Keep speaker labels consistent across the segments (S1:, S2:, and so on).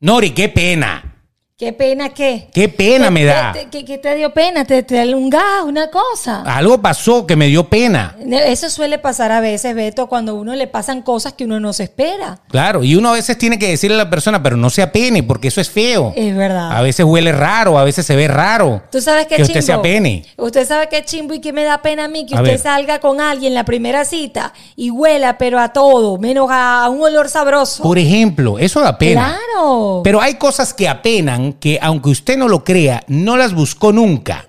S1: Nori, qué pena.
S2: ¿Qué pena qué?
S1: Qué pena
S2: ¿Qué-
S1: me
S2: qué-
S1: da. Ah.
S2: te- ¿Qué qué te dio pena? ¿Te, te alungas una cosa?
S1: Algo pasó que me dio pena.
S2: Eso suele pasar a veces, Beto, cuando a uno le pasan cosas que uno no se espera.
S1: Claro, y uno a veces tiene que decirle a la persona, pero no se apene, porque eso es feo.
S2: Es verdad.
S1: A veces huele raro, a veces se ve raro.
S2: ¿Tú sabes qué
S1: Que
S2: chimbo?
S1: usted se apene.
S2: Usted sabe qué chimbo y que me da pena a mí que
S1: A
S2: usted
S1: ver.
S2: salga con alguien la primera cita y huela, pero a todo, menos a un olor sabroso.
S1: Por ejemplo, eso da pena.
S2: Claro.
S1: Pero hay cosas que apenan que, aunque usted no lo crea, no las buscó nunca.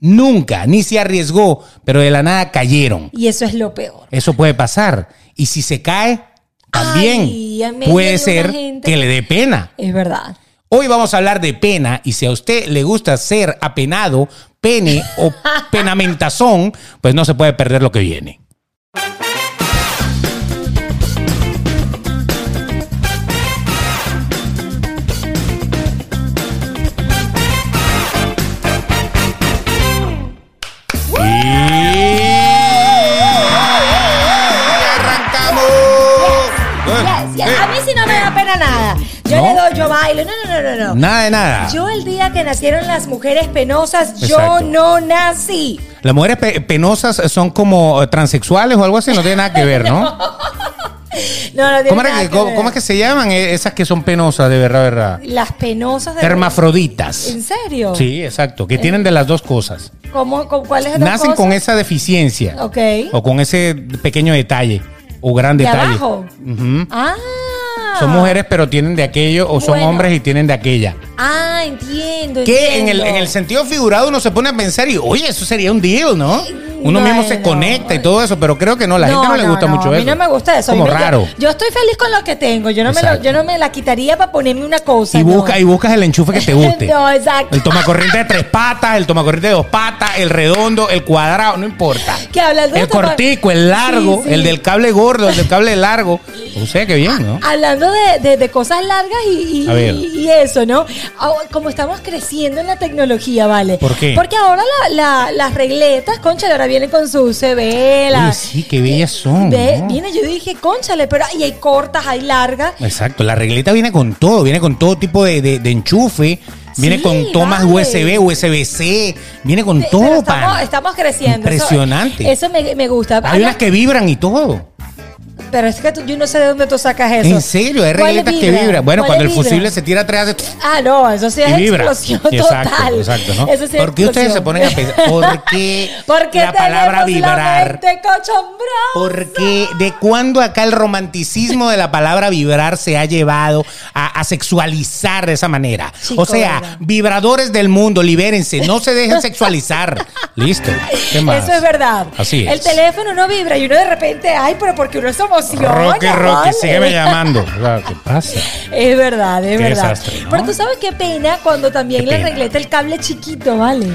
S1: Nunca, ni se arriesgó, pero de la nada cayeron.
S2: y eso es lo peor.
S1: Eso puede pasar. Y si se cae, también
S2: Ay, a mí me
S1: puede
S2: dio
S1: ser
S2: una gente-
S1: que le dé pena.
S2: Es verdad.
S1: Hoy vamos a hablar de pena y si a usted le gusta ser apenado, pene o penamentazón, pues no se puede perder lo que viene.
S2: Yes, yes. A mí sí no me da pena nada. Yo
S1: Eh, ¿No?
S2: le doy, yo bailo. No, no, no, no, no.
S1: Nada de nada.
S2: Yo el día que nacieron las mujeres penosas,
S1: Exacto.
S2: yo no nací.
S1: Las mujeres pe- penosas son como eh, transexuales o algo así, no tiene nada que ver, ¿no?
S2: No, no tiene
S1: ¿Cómo, era
S2: nada
S1: que-
S2: que
S1: cómo-
S2: ver.
S1: cómo es que se llaman eh, esas que son penosas, de verdad, verdad?
S2: Las penosas de
S1: Hermafroditas.
S2: ¿En serio?
S1: Sí, exacto, que tienen de las dos cosas.
S2: ¿Cómo, cómo- ¿Cuál es la
S1: Nacen
S2: cosa?
S1: con esa deficiencia.
S2: Ok.
S1: O con ese pequeño detalle o gran
S2: ¿De
S1: detalle.
S2: abajo?
S1: Ujú.
S2: Ah.
S1: Son mujeres pero tienen de aquello o son
S2: Bueno.
S1: hombres y tienen de aquella.
S2: Ah, entiendo.
S1: Que en el,
S2: entiendo.
S1: en el sentido figurado uno se pone a pensar y, oye, eso sería un deal, ¿no? Uno mismo se
S2: Bueno.
S1: conecta y todo eso, pero creo que no, la gente no le gusta mucho
S2: a mí
S1: eso.
S2: no me gusta eso. A mí
S1: Como
S2: me- yo-
S1: raro.
S2: Yo, estoy feliz con lo que tengo. Yo no, me lo-
S1: Exacto.
S2: yo no me la quitaría para ponerme una cosa.
S1: Y,
S2: no.
S1: busca, y buscas el enchufe que te guste.
S2: No, exacto.
S1: El tomacorriente de tres patas, el tomacorriente de dos patas, el redondo, el cuadrado, no importa.
S2: Que hablando de
S1: El
S2: toma-
S1: cortico, el largo,
S2: Sí, sí.
S1: el del cable gordo, el del cable largo. O sea, qué bien, ¿no?
S2: Hablando de, de- de cosas largas y, y-
S1: A ver.
S2: y eso, ¿no? Ah, Como estamos creciendo en la tecnología, ¿vale?
S1: ¿Por qué?
S2: Porque ahora la- la- las regletas, conchale, ahora vienen con su CB, la-
S1: Oye, sí, qué bellas son.
S2: Ve,
S1: ¿no?
S2: Viene, yo dije, conchale, pero ahí hay cortas, hay largas.
S1: Exacto, la regleta viene con todo, viene con todo tipo de, de- de enchufe, viene
S2: Sí,
S1: con tomas
S2: vale.
S1: USB, USB-C, viene con
S2: Pe-
S1: todo,
S2: pero
S1: pana.
S2: estamos, estamos creciendo. Eso-
S1: Impresionante.
S2: Eso, me, me gusta.
S1: Hay unas que vibran y todo.
S2: Pero es que tú- yo no sé de dónde tú sacas eso.
S1: En serio, hay
S2: ¿Cuáles
S1: regletas que vibran. Bueno,
S2: ¿Cuáles
S1: cuando el fusible
S2: vibran?
S1: se tira atrás hace...
S2: Ah, no, eso sí es
S1: y vibra.
S2: explosión
S1: Exacto,
S2: total.
S1: exacto, ¿no?
S2: Eso sí es
S1: ¿Por qué ustedes se
S2: explosión.
S1: ponen a pensar? ¿Por qué
S2: Porque
S1: la palabra
S2: tenemos La
S1: vibrar?
S2: mente cochambrosa.
S1: ¿Por qué? ¿De cuándo acá el romanticismo de la palabra vibrar se ha llevado a, a sexualizar de esa manera?
S2: Chico,
S1: o sea,
S2: ¿verdad?
S1: vibradores del mundo, libérense, no se dejen sexualizar. Listo. ¿Qué más?
S2: Eso es verdad.
S1: Así es.
S2: El teléfono no vibra y uno de repente, ay, pero porque uno se emociona.
S1: Roque, Roque,
S2: vale.
S1: sígueme llamando. Claro, ¿Qué pasa?
S2: Es verdad, es
S1: Qué
S2: verdad.
S1: desastre, ¿no?
S2: Pero tú sabes qué pena cuando también
S1: Qué
S2: le
S1: pena.
S2: regleta el cable chiquito, ¿vale?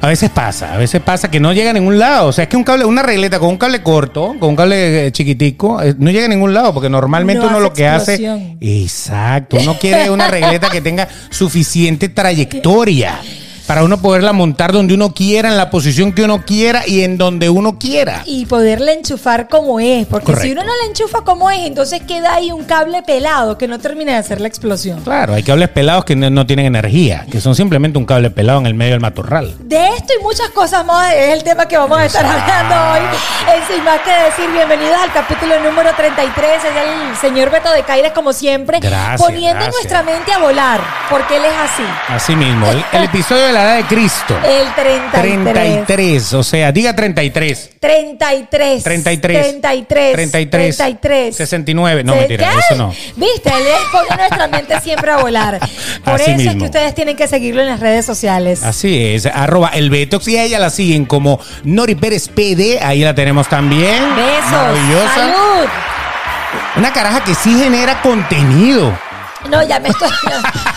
S1: A veces pasa, a veces pasa que no llega a ningún lado. O sea, es que un cable, una regleta con un cable corto, con un cable eh, chiquitico, eh, no llega a ningún lado, porque normalmente
S2: No
S1: uno
S2: hace
S1: lo que hace.
S2: explosión.
S1: Exacto. Uno quiere una regleta que tenga suficiente trayectoria para uno poderla montar donde uno quiera, en la posición que uno quiera y en donde uno quiera.
S2: Y poderle enchufar como es. Porque si
S1: Correcto.
S2: uno no la enchufa como es, entonces queda ahí un cable pelado que no termina de hacer la explosión.
S1: Claro, hay cables pelados que no, no tienen energía, que son simplemente un cable pelado en el medio del matorral.
S2: De esto y muchas cosas más es el tema que vamos a estar hablando hoy. En sin más que decir, bienvenidos al capítulo número 33. Es el señor Beto de Caires, como siempre,
S1: Gracias,
S2: poniendo
S1: gracias.
S2: nuestra mente a volar, porque él es así.
S1: Así mismo, el, el episodio de la edad de Cristo.
S2: El 33.
S1: 33, o sea, diga 33.
S2: 33.
S1: 33.
S2: 33.
S1: 33.
S2: 33.
S1: 69. No,
S2: ¿Se-
S1: mentira,
S2: ¿Qué?
S1: eso no.
S2: Viste, él pone nuestra mente siempre a volar. Por
S1: Así
S2: eso es
S1: mismo.
S2: que ustedes tienen que seguirlo en las redes sociales.
S1: Así es, arroba el Betox y a ella la siguen como Nori Pérez PD, ahí la tenemos también.
S2: Besos.
S1: Maravillosa.
S2: Salud.
S1: Una caraja que sí genera contenido.
S2: No, ya me estoy.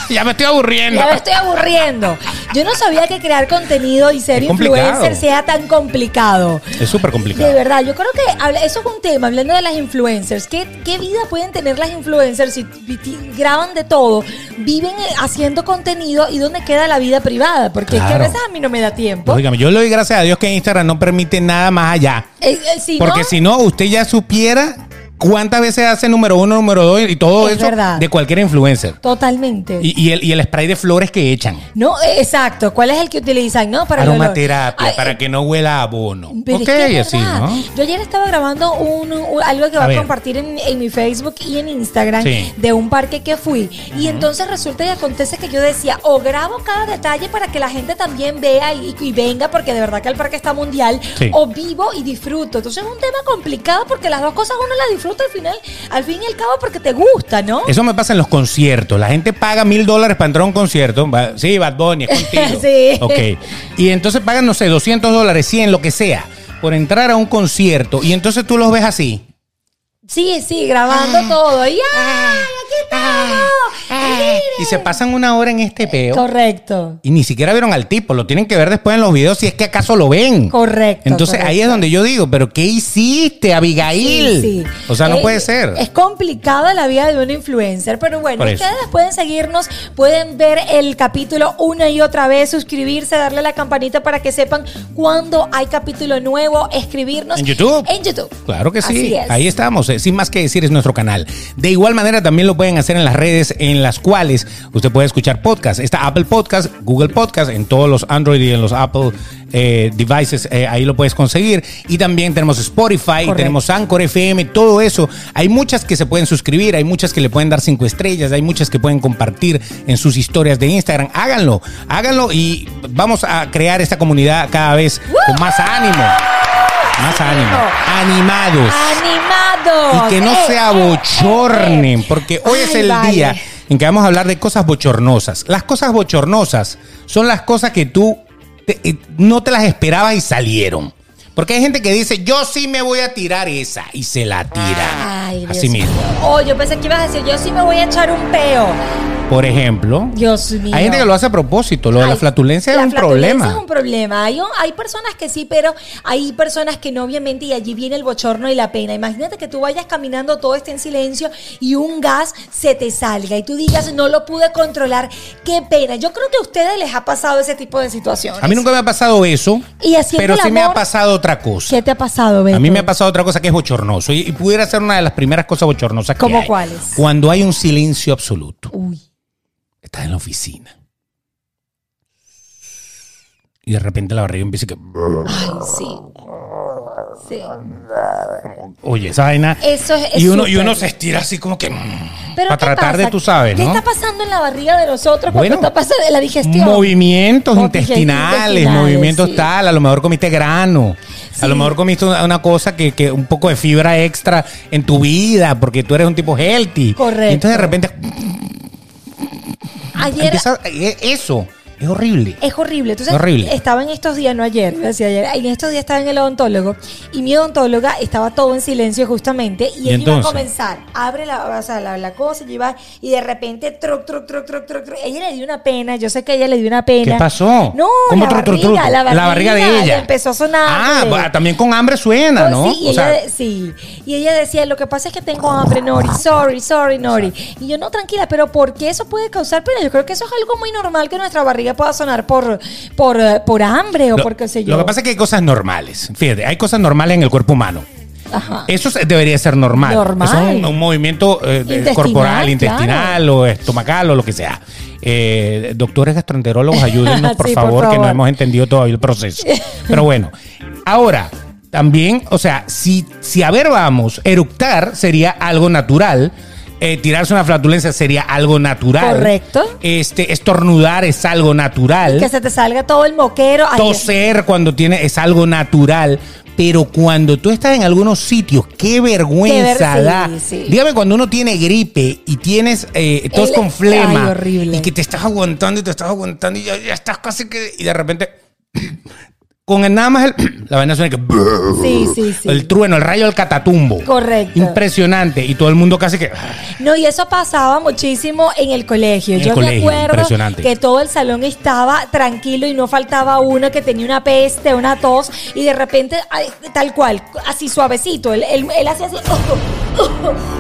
S1: ya me estoy aburriendo.
S2: Ya me estoy aburriendo. Yo no sabía que crear contenido y ser
S1: Es complicado.
S2: influencer sea tan complicado.
S1: Es súper
S2: De
S1: complicado.
S2: verdad, yo creo que habla- eso es un tema, hablando de las influencers. ¿Qué, qué vida pueden tener las influencers si ti- ti- graban de todo, viven eh, haciendo contenido y dónde queda la vida privada? Porque es que a
S1: Claro.
S2: veces a mí no me da tiempo.
S1: Lógicamente, Pues, yo le doy gracias a Dios que Instagram no permite nada más allá.
S2: Eh, eh, si
S1: Porque
S2: no-
S1: si no, usted ya supiera ¿Cuántas veces hace número uno, número dos y todo
S2: Es
S1: eso
S2: verdad.
S1: de cualquier influencer?
S2: Totalmente.
S1: Y, y el, y el spray de flores que echan.
S2: No, eh, exacto. ¿Cuál es el que utilizan? No, para el olor.
S1: Aromaterapia,
S2: Ay, eh.
S1: para que no huela a abono.
S2: Pero
S1: ok,
S2: es que es
S1: así,
S2: verdad.
S1: ¿no?
S2: Yo ayer estaba grabando un, un- algo que
S1: A
S2: va a,
S1: ver.
S2: compartir en, en mi Facebook y en Instagram
S1: Sí.
S2: de un parque que fui. Y entonces resulta y acontece que yo decía, o grabo cada detalle para que la gente también vea y, y venga, porque de verdad que el parque está mundial,
S1: Sí.
S2: o vivo y disfruto. Entonces es un tema complicado porque las dos cosas uno las disfruta al final, al fin y al cabo porque te gusta, ¿no?
S1: Eso me pasa en los conciertos. La gente paga mil dólares para entrar a un concierto. Va- Sí, Bad Bunny, es contigo.
S2: Sí.
S1: Ok. Y entonces pagan, no sé, 200 dólares, 100, lo que sea, por entrar a un concierto. Y entonces tú los ves así.
S2: Sí, sí, grabando todo. ¡Y
S1: Ah.
S2: ay, aquí estamos!
S1: Y se pasan una hora en este peo.
S2: Correcto.
S1: Y ni siquiera vieron al tipo. Lo tienen que ver después en los videos si es que acaso lo ven.
S2: Correcto,
S1: Entonces
S2: correcto.
S1: ahí es donde yo digo, pero ¿qué hiciste, Abigail?
S2: Sí, sí.
S1: O sea, no
S2: Eh,
S1: puede ser.
S2: Es complicada la vida de un influencer, pero bueno,
S1: Por eso.
S2: ustedes pueden seguirnos, pueden ver el capítulo una y otra vez, suscribirse, darle a la campanita para que sepan cuando hay capítulo nuevo, escribirnos.
S1: ¿En YouTube?
S2: En YouTube.
S1: Claro que sí,
S2: Así es.
S1: ahí estamos, eh, sin más que decir es nuestro canal. De igual manera también lo pueden hacer en las redes en las cuales usted puede escuchar podcast. Está Apple Podcast, Google Podcast, en todos los Android y en los Apple eh, devices, eh, ahí lo puedes conseguir. Y también tenemos Spotify,
S2: Correcto.
S1: tenemos Anchor FM, todo eso. Hay muchas que se pueden suscribir, hay muchas que le pueden dar cinco estrellas, hay muchas que pueden compartir en sus historias de Instagram. Háganlo, háganlo y vamos a crear esta comunidad cada vez con más ánimo. Más ánimo. Animados.
S2: Animados.
S1: Y que no
S2: Eh,
S1: se
S2: eh, eh,
S1: abochornen,
S2: eh.
S1: porque hoy es
S2: Ay,
S1: el
S2: vale.
S1: día en que vamos a hablar de cosas bochornosas. Las cosas bochornosas son las cosas que tú te- eh, no te las esperabas y salieron. Porque hay gente que dice, yo sí me voy a tirar esa, y se la tira.
S2: Ay, Dios
S1: Así mismo.
S2: mío. Oh, yo pensé que ibas a decir, yo sí me voy a echar un peo.
S1: Por ejemplo,
S2: Dios mío.
S1: hay gente que lo hace a propósito. Lo de la
S2: Ay,
S1: flatulencia
S2: la
S1: es un
S2: flatulencia
S1: problema.
S2: es un problema. Hay, hay personas que sí, pero hay personas que no, obviamente, y allí viene el bochorno y la pena. Imagínate que tú vayas caminando, todo esté en silencio y un gas se te salga y tú digas, no lo pude controlar. Qué pena. Yo creo que a ustedes les ha pasado ese tipo de situaciones.
S1: A mí nunca me ha pasado eso,
S2: Y haciendo
S1: pero
S2: el
S1: sí me ha
S2: amor-
S1: pasado otra cosa.
S2: ¿Qué te ha pasado, Beto?
S1: A mí me ha pasado otra cosa que es bochornoso y, y pudiera ser una de las primeras cosas bochornosas que
S2: ¿Cómo
S1: hay.
S2: cuáles?
S1: Cuando hay un silencio absoluto.
S2: Uy.
S1: Estás en la oficina. Y de repente la barriga empieza que...
S2: Ay, sí. Sí.
S1: Oye, esa vaina...
S2: Eso Eh, es- es
S1: y, uno, y
S2: súper.
S1: uno se estira así como que... mm,
S2: Pero
S1: para
S2: ¿qué
S1: tratar de,
S2: pasa?
S1: tú sabes,
S2: ¿Qué
S1: ¿no?
S2: está pasando en la barriga de nosotros?
S1: Bueno,
S2: Bueno, está pasando en la digestión?
S1: Movimientos
S2: Movi-
S1: intestinales,
S2: intestinales,
S1: movimientos
S2: sí.
S1: tal, a lo mejor comiste grano,
S2: Sí.
S1: a lo mejor comiste una, una cosa que, que un poco de fibra extra en tu vida, porque tú eres un tipo healthy.
S2: Correcto.
S1: Entonces de repente
S2: Ayer,
S1: empieza, eh, eso es horrible.
S2: Es horrible. Entonces,
S1: Horrible.
S2: estaba en estos días, no ayer, decía ayer, en estos días estaba en el odontólogo y mi odontóloga estaba todo en silencio justamente y,
S1: ¿Y
S2: ella iba a
S1: entonces?
S2: comenzar. Abre la, o sea, la, la cosa y, iba, y de repente, truc, truc, truc, truc, truc, truc. Ella le dio una pena, yo sé que ella le dio una pena.
S1: ¿Qué pasó?
S2: No,
S1: ¿Cómo
S2: la,
S1: tru, tru,
S2: barriga,
S1: tru?
S2: la barriga,
S1: de ella.
S2: le empezó a sonar.
S1: Ah,
S2: le-
S1: bueno, también con hambre suena,
S2: Oh,
S1: ¿no?
S2: Sí y,
S1: O
S2: ella,
S1: sea,
S2: de- sí. Y ella decía, lo que pasa es que tengo hambre, Nori, sorry, sorry, Nori. Y yo, no, tranquila, pero ¿por qué eso puede causar pena? Yo creo que eso es algo muy normal que nuestra barriga pueda sonar por, por, eh, por hambre o por qué sé yo.
S1: lo que pasa es que hay cosas normales. Fíjate, hay cosas normales en el cuerpo humano.
S2: Ajá.
S1: Eso se- debería ser normal.
S2: Normal.
S1: Es un, un movimiento eh,
S2: Intestinal,
S1: corporal, intestinal o estomacal o lo que sea. Eh, doctores gastroenterólogos, ayúdennos, por,
S2: Sí, por
S1: favor, que no
S2: favor.
S1: hemos entendido todavía el proceso. Pero bueno, ahora, también, o sea, si, si a ver vamos, eructar sería algo natural. eh, tirarse una flatulencia sería algo natural.
S2: Correcto.
S1: Este, estornudar es algo natural
S2: que se te salga todo el moquero. Ay,
S1: toser cuando tiene es algo natural. Pero cuando tú estás en algunos sitios, qué vergüenza
S2: Qué ver-
S1: da.
S2: sí, sí.
S1: Dígame, cuando uno tiene gripe y tienes eh, tos
S2: El-
S1: con flema
S2: ay, horrible.
S1: y que te estás aguantando y te estás aguantando y ya, ya estás casi que. Y de repente, con el- nada más el- la vaina suena que.
S2: Sí, sí, sí.
S1: El trueno, el rayo del catatumbo.
S2: Correcto.
S1: Impresionante. Y todo el mundo casi que.
S2: No, y eso pasaba muchísimo en el colegio.
S1: En el
S2: Yo me
S1: colegio,
S2: acuerdo
S1: impresionante.
S2: que todo el salón estaba tranquilo y no faltaba uno que tenía una peste, una tos, y de repente, ay, tal cual, así suavecito, él, él, él hacía así,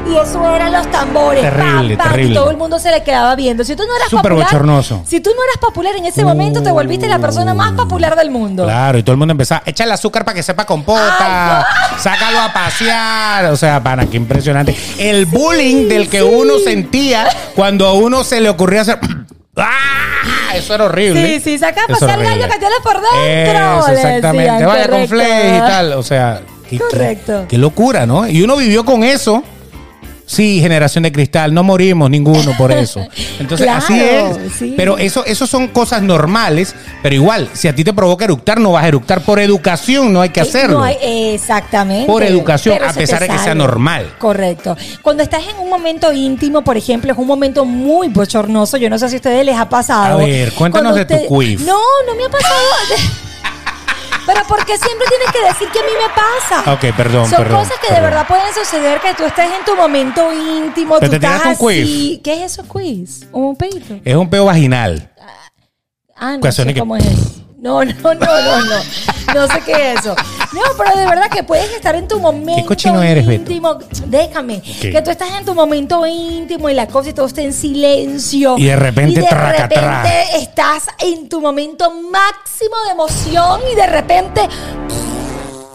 S2: y eso eran los tambores.
S1: Terrible, terrible.
S2: Y todo el mundo se le quedaba viendo. Si tú no eras
S1: Súper
S2: popular,
S1: bochornoso. Uh.
S2: si tú no eras popular en ese momento, te volviste la persona más popular del mundo.
S1: Claro, y todo el mundo empezaba, echa el azúcar para que sepa compota,
S2: Ay,
S1: sácalo a pasear. O sea, pana, qué impresionante. El bullying del que uno sentía cuando a uno se le ocurría hacer. ¡Ah! Eso era horrible.
S2: Sí, sí, saca a
S1: Eso
S2: pasear
S1: era horrible.
S2: gallo, cállale por dentro,
S1: Eso,
S2: le
S1: exactamente.
S2: decían,
S1: Vaya con
S2: correcto.
S1: flex y tal. O sea, qué, qué-
S2: Correcto.
S1: qué locura, ¿no? Y uno vivió con eso. Sí, generación de cristal, no morimos ninguno por eso. Entonces,
S2: Claro,
S1: así es.
S2: sí.
S1: Pero eso, eso son cosas normales, pero igual, si a ti te provoca eructar, no vas a eructar por educación, no hay que
S2: Eh,
S1: hacerlo.
S2: no hay- exactamente.
S1: Por educación,
S2: Pero
S1: a
S2: se
S1: pesar
S2: te
S1: de que sea
S2: sale.
S1: normal.
S2: Correcto. Cuando estás en un momento íntimo, por ejemplo, es un momento muy bochornoso. Yo no sé si a ustedes les ha pasado.
S1: A ver, cuéntanos
S2: Cuando
S1: de tu quiff.
S2: No, no me ha pasado. Pero porque siempre tienes que decir que a mí me pasa.
S1: Ok, perdón,
S2: Son
S1: perdón,
S2: cosas que
S1: perdón.
S2: de verdad pueden suceder que tú estés en tu momento íntimo,
S1: Pero
S2: tú
S1: te
S2: estás
S1: tiraste un quiff.
S2: así. ¿Qué es eso, quiz? ¿Un pedito?
S1: Es un peo vaginal.
S2: Ah, no
S1: Cuestión
S2: sé
S1: de que-
S2: cómo es. No, no, no, no, no. No sé qué es eso. No, pero de verdad que puedes estar en tu momento
S1: cochino eres, Beto?
S2: íntimo. Déjame.
S1: ¿Qué?
S2: Que tú estás en tu momento íntimo y la cosa y todo está en silencio.
S1: Y de repente,
S2: Y de
S1: traca,
S2: repente
S1: tra.
S2: estás en tu momento máximo de emoción y de repente.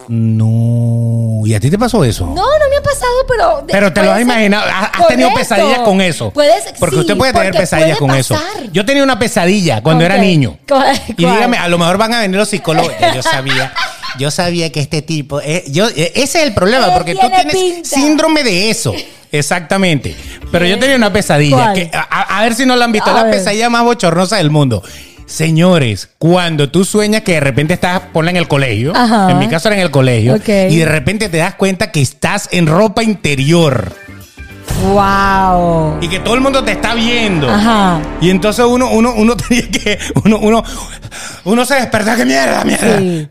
S1: No. ¿Y a ti te pasó eso?
S2: No, no me ha pasado, pero. de-
S1: Pero te lo
S2: puede
S1: has
S2: ser-
S1: imaginado, has, has tenido
S2: Correcto.
S1: pesadillas con eso.
S2: Puedes-
S1: porque
S2: sí,
S1: usted puede tener
S2: porque
S1: pesadillas
S2: puede
S1: con eso.
S2: pasar.
S1: Yo tenía una pesadilla cuando
S2: Ok.
S1: era niño.
S2: ¿Cuál-
S1: Y
S2: cuál?
S1: dígame, a lo mejor van a venir los psicólogos. Ya Yo sabía, yo sabía que este tipo, eh, yo, eh, ese es el problema,
S2: Él
S1: porque tú
S2: tiene
S1: tienes
S2: pinta.
S1: síndrome de eso. Exactamente. Pero yo tenía una pesadilla.
S2: ¿Cuál?
S1: que- a, a ver si no la han visto.
S2: A
S1: la
S2: ver.
S1: pesadilla más bochornosa del mundo. Señores, cuando tú sueñas que de repente estás, ponla en el colegio,
S2: Ajá.
S1: en mi caso era en el colegio,
S2: Ok.
S1: y de repente te das cuenta que estás en ropa interior
S2: ¡Wow!
S1: y que todo el mundo te está viendo.
S2: Ajá.
S1: Y entonces uno, uno, uno tenía que, uno, uno, uno se desperta, que mierda, mierda.
S2: Sí.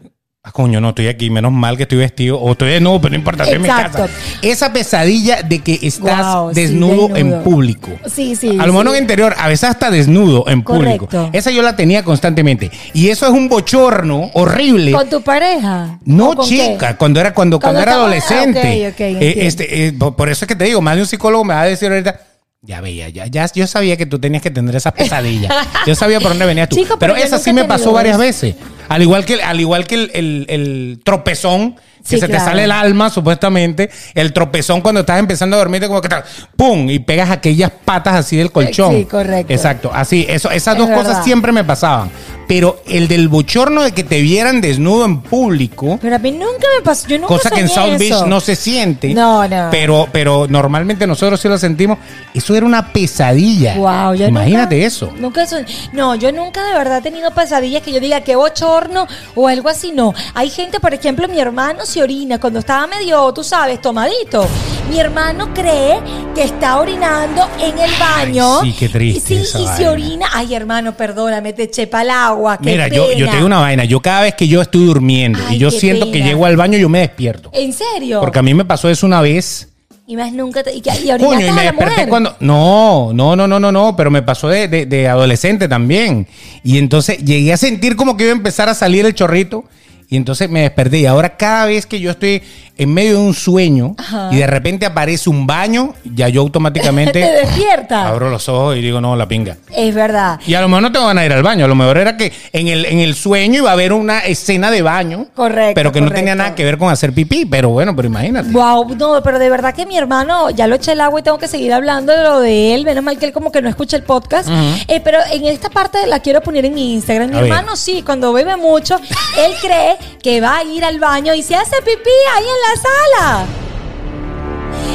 S1: Ah, coño, no estoy aquí, menos mal que estoy vestido. O estoy desnudo, pero no importa, estoy
S2: Exacto.
S1: en mi casa. Esa pesadilla de que estás
S2: Guau, sí,
S1: desnudo,
S2: desnudo.
S1: en público.
S2: Sí, sí,
S1: A lo mejor
S2: sí.
S1: en interior, a veces hasta desnudo en
S2: Correcto.
S1: público. Esa yo la tenía constantemente. Y eso es un bochorno horrible.
S2: ¿Con tu pareja?
S1: No,
S2: ¿O con qué?
S1: chica, cuando era cuando, cuando
S2: Cuando
S1: era
S2: estaba- ah,
S1: adolescente.
S2: ok, ok,
S1: Eh,
S2: entiendo.
S1: este, eh, por, por eso es que te digo, más de un psicólogo me va a decir ahorita. Ya veía, ya, ya yo sabía que tú tenías que tener esa pesadilla. Yo sabía por dónde venías tú. pero
S2: Chico, pero yo
S1: esa
S2: nunca
S1: sí
S2: he
S1: me
S2: tenido
S1: pasó varias
S2: eso.
S1: veces. Al igual que, al igual que el, el- el tropezón, que
S2: Sí,
S1: se
S2: claro.
S1: te sale el alma, supuestamente. El tropezón cuando estás empezando a dormirte, como que tal, ¡pum! Y pegas aquellas patas así del colchón.
S2: Sí, correcto.
S1: Exacto. Así, eso, esas
S2: Es
S1: dos cosas
S2: verdad.
S1: siempre me pasaban. Pero el del bochorno de que te vieran desnudo en público.
S2: Pero a mí nunca me pasó. Yo nunca
S1: Cosa que en
S2: soñé
S1: South Beach
S2: eso.
S1: no se siente.
S2: No, no.
S1: Pero, pero normalmente nosotros sí lo sentimos. Eso era una pesadilla.
S2: Wow, yo
S1: Imagínate
S2: nunca-
S1: eso.
S2: Nunca soñ- no, yo nunca de verdad he tenido pesadillas que yo diga qué bochorno o algo así, no. Hay gente, por ejemplo, mi hermano se orina cuando estaba medio, tú sabes, tomadito. Mi hermano cree que está orinando en el baño.
S1: sí, qué triste
S2: Y sí,
S1: esa
S2: y se
S1: vaina.
S2: orina. Ay, hermano, perdóname, te chepa el agua. qué
S1: Mira, yo, yo
S2: pena.
S1: te digo una vaina. Yo cada vez que yo estoy durmiendo
S2: Ay,
S1: y yo
S2: qué
S1: siento que
S2: pena.
S1: llego al baño, yo me despierto.
S2: ¿En serio?
S1: Porque a mí me pasó eso una vez.
S2: Y más nunca te- y, que- y orinaste
S1: Coño, y
S2: a
S1: me
S2: la
S1: desperté
S2: mujer.
S1: cuando. No, no, no, no, no, no. Pero me pasó de, de- de adolescente también. Y entonces llegué a sentir como que iba a empezar a salir el chorrito. Y entonces me desperté. Y ahora cada vez que yo estoy en medio de un sueño
S2: Ajá.
S1: y de repente aparece un baño, ya yo
S2: Te
S1: automáticamente
S2: despierta.
S1: abro los ojos y digo, no, la pinga.
S2: Es verdad.
S1: Y a lo mejor no te van a ir al baño. A lo mejor era que en el, en el sueño iba a haber una escena de baño.
S2: Correcto,
S1: Pero que no tenía
S2: correcto.
S1: nada que ver con hacer pipí. Pero bueno, pero imagínate.
S2: Wow, no, pero de verdad que mi hermano, ya lo eché el agua y tengo que seguir hablando de lo de él. Menos mal que él como que no escucha el podcast. Eh, pero en esta parte la quiero poner en mi Instagram. Mi
S1: A ver.
S2: hermano sí, cuando bebe mucho, él cree que va a ir al baño y se hace pipí ahí en la sala.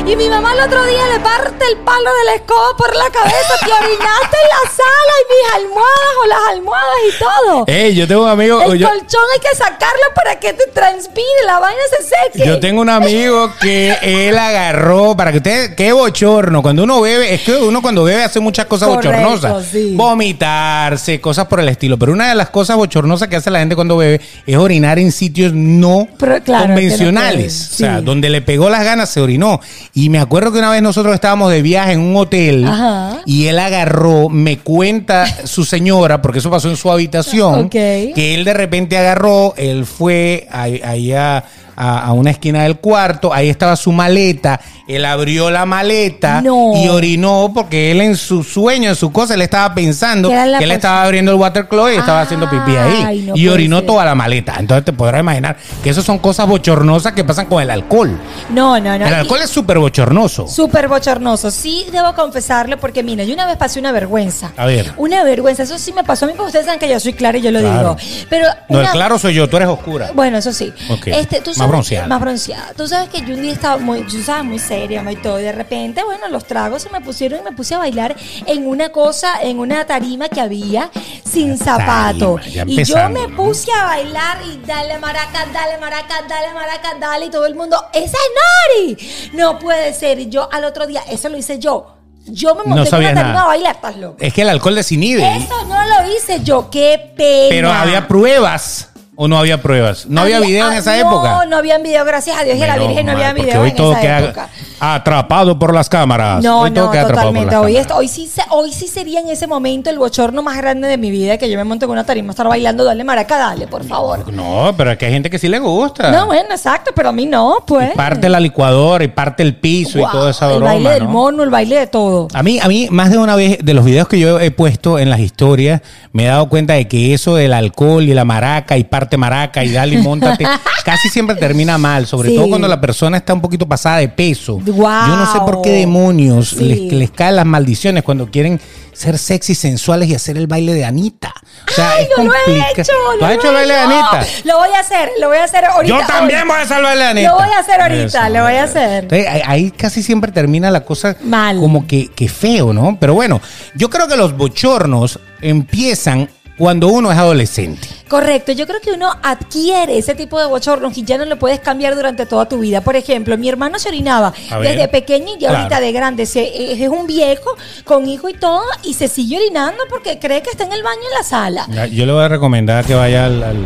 S2: Y mi mamá el otro día le parte el palo de la escoba por la cabeza, te orinaste en la sala y mis almohadas o las almohadas y todo.
S1: Ey, yo tengo un amigo.
S2: el
S1: Eh, yo-
S2: colchón hay que sacarlo para que te transpire, la vaina se seque.
S1: Yo tengo un amigo que él agarró, para que ustedes, qué bochorno, cuando uno bebe, es que uno cuando bebe hace muchas cosas
S2: Correcto,
S1: bochornosas,
S2: sí.
S1: vomitarse, cosas por el estilo, pero una de las cosas bochornosas que hace la gente cuando bebe es orinar en sitios no
S2: Pero, claro,
S1: convencionales,
S2: que no pueden,
S1: o sea,
S2: sí.
S1: donde le pegó las ganas se orinó. Y me acuerdo que una vez nosotros estábamos de viaje en un hotel
S2: Ajá.
S1: y él agarró, me cuenta su señora, porque eso pasó en su habitación,
S2: Ok.
S1: que él de repente agarró, él fue ahí, ahí a, a- a una esquina del cuarto, ahí estaba su maleta, Él abrió la maleta
S2: No.
S1: y orinó porque él en su sueño, en su cosa, él estaba pensando
S2: Que
S1: que
S2: era la
S1: él
S2: cosa-
S1: estaba abriendo el water closet y estaba haciendo pipí
S2: Ay,
S1: ahí.
S2: no
S1: y
S2: puede
S1: orinó
S2: ser.
S1: toda la maleta. Entonces te podrás imaginar que esas son cosas bochornosas que pasan con el alcohol.
S2: No, no, no.
S1: El
S2: Y-
S1: alcohol es súper bochornoso.
S2: Súper bochornoso. Sí, debo confesarlo porque, mira, yo una vez pasé una vergüenza.
S1: A ver.
S2: Una vergüenza. Eso sí me pasó a mí porque ustedes saben que yo soy clara y yo lo
S1: Claro.
S2: digo. Pero
S1: No, el
S2: una-
S1: claro soy yo, tú eres oscura.
S2: Bueno, eso sí.
S1: Ok.
S2: Este, ¿tú
S1: Más
S2: sabes que-
S1: bronceada.
S2: Más bronceada. Tú sabes que yo un día estaba muy, tú sabes, muy seria muy todo. Y de repente, bueno, los tragos se me pusieron y me puse a bailar en una cosa, en una tarima que había sin zapato.
S1: tarima, ya
S2: y yo
S1: empezando,
S2: me
S1: ¿no?
S2: puse a bailar y dale maraca, dale maraca, dale maraca, dale. Y todo el mundo, ¡esa es Nori! No puede ser. Y yo al otro día, eso lo hice yo. Yo me
S1: No
S2: monté en
S1: sabía
S2: una tarima
S1: nada.
S2: a bailar, estás loco.
S1: Es que el alcohol desinhibe.
S2: Eso no lo hice yo, qué pena.
S1: Pero había pruebas o no había pruebas. No había, video en
S2: ah,
S1: esa
S2: no,
S1: época.
S2: No, había video, gracias a Dios que la
S1: Menos
S2: Virgen no
S1: mal,
S2: había
S1: porque
S2: video
S1: hoy
S2: en
S1: todo
S2: esa
S1: queda
S2: época.
S1: atrapado por las cámaras.
S2: No,
S1: Hoy todo
S2: no,
S1: queda atrapado por
S2: totalmente.
S1: las
S2: Hoy,
S1: cámaras.
S2: esto- hoy, sí, se- hoy sí sería en ese momento el bochorno más grande de mi vida que yo me monte con una tarima a estar bailando, dale maraca, dale, por favor.
S1: No, pero es que hay gente que sí le gusta.
S2: No, bueno, exacto, pero a mí no, pues.
S1: Ah. Y parte la licuadora y parte el piso y
S2: Guau,
S1: toda esa
S2: El
S1: broma.
S2: baile del
S1: ¿no?
S2: mono, el baile de todo.
S1: A mí, a mí, más de una vez, de los videos que yo he puesto en las historias, me he dado cuenta de que eso del alcohol y la maraca y parte maraca y dale y montate, casi siempre termina mal, sobre
S2: Sí.
S1: todo cuando la persona está un poquito pasada de peso.
S2: Guau.
S1: Yo no sé por qué demonios
S2: Sí.
S1: les, les caen las maldiciones cuando quieren ser sexy, sensuales y hacer el baile de Anita. O sea,
S2: Ay,
S1: es
S2: no lo he
S1: complica-
S2: hecho.
S1: ¿Tú
S2: no
S1: has
S2: lo
S1: hecho
S2: he
S1: el baile de
S2: hecho.
S1: Anita?
S2: Lo voy a hacer, lo voy a hacer ahorita.
S1: Yo también
S2: ahorita.
S1: voy a hacer el baile de Anita.
S2: Lo voy a hacer ahorita,
S1: Eso,
S2: lo voy
S1: eso.
S2: a hacer.
S1: Entonces, ahí, ahí casi siempre termina la cosa
S2: Mal.
S1: como que, que feo, ¿no? Pero bueno, yo creo que los bochornos empiezan cuando uno es adolescente.
S2: Correcto, yo creo que uno adquiere ese tipo de bochornos y ya no lo puedes cambiar durante toda tu vida. Por ejemplo, mi hermano se orinaba
S1: A ver.
S2: desde pequeño y ya ahorita
S1: Claro.
S2: de grande. Se- eh, es es un viejo con hijo y todo y se sigue orinando porque cree que está en el baño en la sala.
S1: Yo le voy a recomendar que vaya al...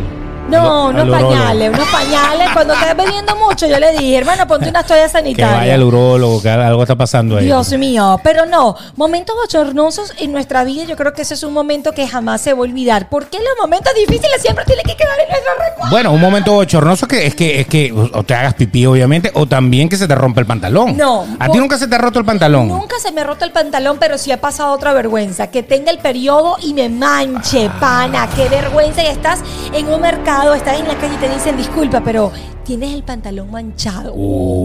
S2: No, unos pañales, unos pañales. Cuando estás bebiendo mucho, yo le dije, hermano, ponte unas toallas
S1: Que vaya eh. al
S2: sanitarias.
S1: urólogo, que algo está pasando ahí.
S2: Dios mío, pero no, momentos bochornosos en nuestra vida, yo creo que ese es un momento que jamás se va a olvidar. Porque los momentos difíciles siempre tienen que quedar en nuestro recuerdo?
S1: Bueno, un momento bochornoso que es que es que o te hagas pipí, obviamente, o también que se te rompe el pantalón.
S2: No.
S1: ¿A ti nunca se te ha roto el pantalón?
S2: Nunca se me ha roto el pantalón, pero sí ha pasado otra vergüenza. Que tenga el periodo y me manche,
S1: Ah.
S2: pana. Qué vergüenza. Y estás en un mercado, estás en la calle y te dicen, disculpa, pero tienes el pantalón manchado.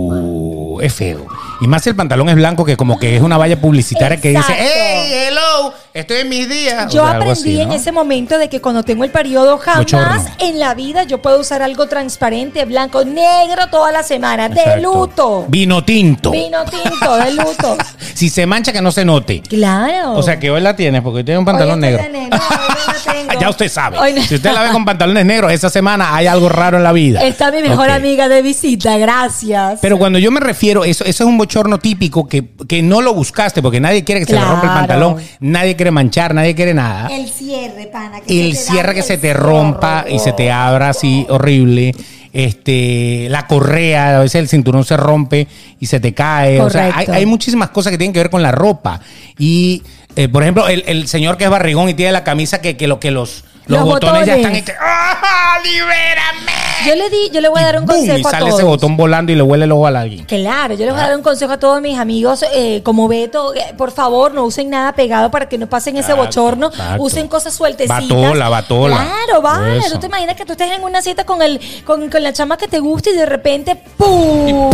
S1: Uh, es feo. Y más si el pantalón es blanco, que como que es una valla publicitaria
S2: Exacto.
S1: que dice, ¡Hey, hello! Estoy en mis días.
S2: Yo
S1: O sea, algo
S2: aprendí
S1: así,
S2: en
S1: ¿no?
S2: ese momento de que cuando tengo el periodo jamás
S1: Bochorno.
S2: en la vida yo puedo usar algo transparente, blanco, negro toda la semana, de
S1: Exacto.
S2: luto.
S1: Vino tinto.
S2: Vino tinto, de luto.
S1: Si se mancha, que no se note.
S2: Claro.
S1: O sea que hoy la tienes porque hoy tiene un
S2: Hoy
S1: pantalón
S2: estoy
S1: negro.
S2: de negro, hoy no la tengo.
S1: ya usted sabe.
S2: Hoy no-
S1: Si usted la ve con pantalones negros, esa semana hay algo raro en la vida.
S2: Está mi mejor
S1: Ok.
S2: amiga de visita, gracias.
S1: Pero cuando yo me refiero, eso, eso es un bochorno típico que, que no lo buscaste porque nadie quiere que se le rompa el
S2: Claro.
S1: pantalón, nadie quiere manchar, nadie quiere nada.
S2: El cierre, pana. que
S1: el
S2: se te
S1: cierre
S2: daña
S1: que
S2: el
S1: se te
S2: cierre.
S1: rompa y se te abra así horrible. Este, la correa, a veces el cinturón se rompe y se te cae. O sea, hay,
S2: Correcto.
S1: hay muchísimas cosas que tienen que ver con la ropa. Y, eh, por ejemplo, el, el señor que es barrigón y tiene la camisa que, que, lo, que los, los,
S2: Los
S1: botones, ya están.
S2: botones.
S1: y que, ¡Ah, libérame!
S2: Yo le di, yo le voy a dar un
S1: ¡Bum! y
S2: consejo a
S1: sale
S2: todos.
S1: ese botón Ah. volando y le huele el ojo a alguien.
S2: Claro, yo les voy a dar un consejo a todos mis amigos, eh, como Beto, eh, por favor, no usen nada pegado para que no pasen ese
S1: Exacto,
S2: bochorno,
S1: exacto.
S2: usen cosas sueltecitas.
S1: Batola, batola.
S2: Claro, vale,
S1: Eso.
S2: tú te imaginas que tú estés en una cita con el con, con la chama que te gusta y de repente ¡pum!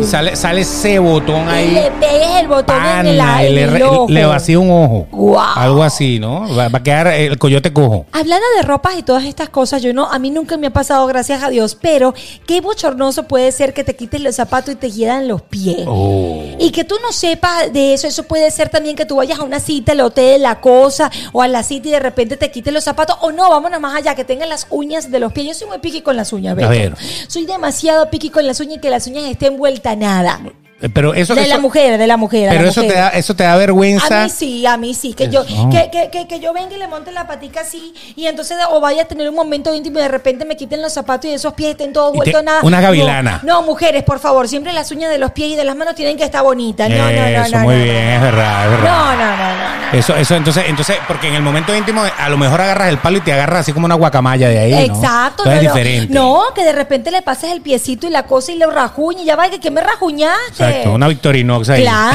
S1: Y sale, sale ese botón
S2: Y
S1: ahí.
S2: le pegues el botón en el,
S1: pana, y
S2: aire,
S1: le,
S2: en
S1: re-
S2: el ojo.
S1: le vacía un ojo.
S2: Guau.
S1: Algo así, ¿no? Va, va a quedar el coyote cojo.
S2: Hablando de ropas y todas estas cosas, yo no, a mí nunca me ha pasado, gracias a Dios, pero qué bochornoso puede ser que te quites los zapatos y te hieran los pies.
S1: Oh.
S2: Y que tú no sepas de eso, eso puede ser también que tú vayas a una cita, al hotel, la cosa, o a la cita y de repente te quites los zapatos, o no, vámonos más allá, que tengas las uñas de los pies. Yo soy muy piqui con las uñas, Beto.
S1: ver.
S2: Soy demasiado piqui con las uñas y que las uñas estén vuelta a nada.
S1: Eh, Pero eso,
S2: de
S1: eso-
S2: la mujer, de la mujer. de
S1: pero
S2: la
S1: eso
S2: mujer.
S1: te da, eso te da
S2: A
S1: vergüenza.
S2: mí sí, a mí sí. Que yo,
S1: Eso.
S2: que, que, que, que yo venga y le monte la patica así y entonces o vaya a tener un momento íntimo y de repente me quiten los zapatos y esos pies estén todos
S1: Y te-
S2: vueltos a nada.
S1: una
S2: No,
S1: gavilana.
S2: No, mujeres, por favor, siempre las uñas de los pies y de las manos tienen que estar bonitas. No, no, no,
S1: Eso,
S2: no.
S1: muy
S2: no,
S1: bien,
S2: no.
S1: es verdad, es verdad.
S2: No, no, no, no. no.
S1: Eso, eso, entonces, entonces, porque en el momento íntimo a lo mejor agarras el palo y te agarras así como una guacamaya de ahí. ¿no?
S2: Exacto,
S1: Entonces
S2: no,
S1: es
S2: no.
S1: diferente.
S2: No, que de repente le pases el piecito y la cosa y le rajuñe, ya va, que me rajuñaste.
S1: Exacto, una Victorinox ahí.
S2: Claro,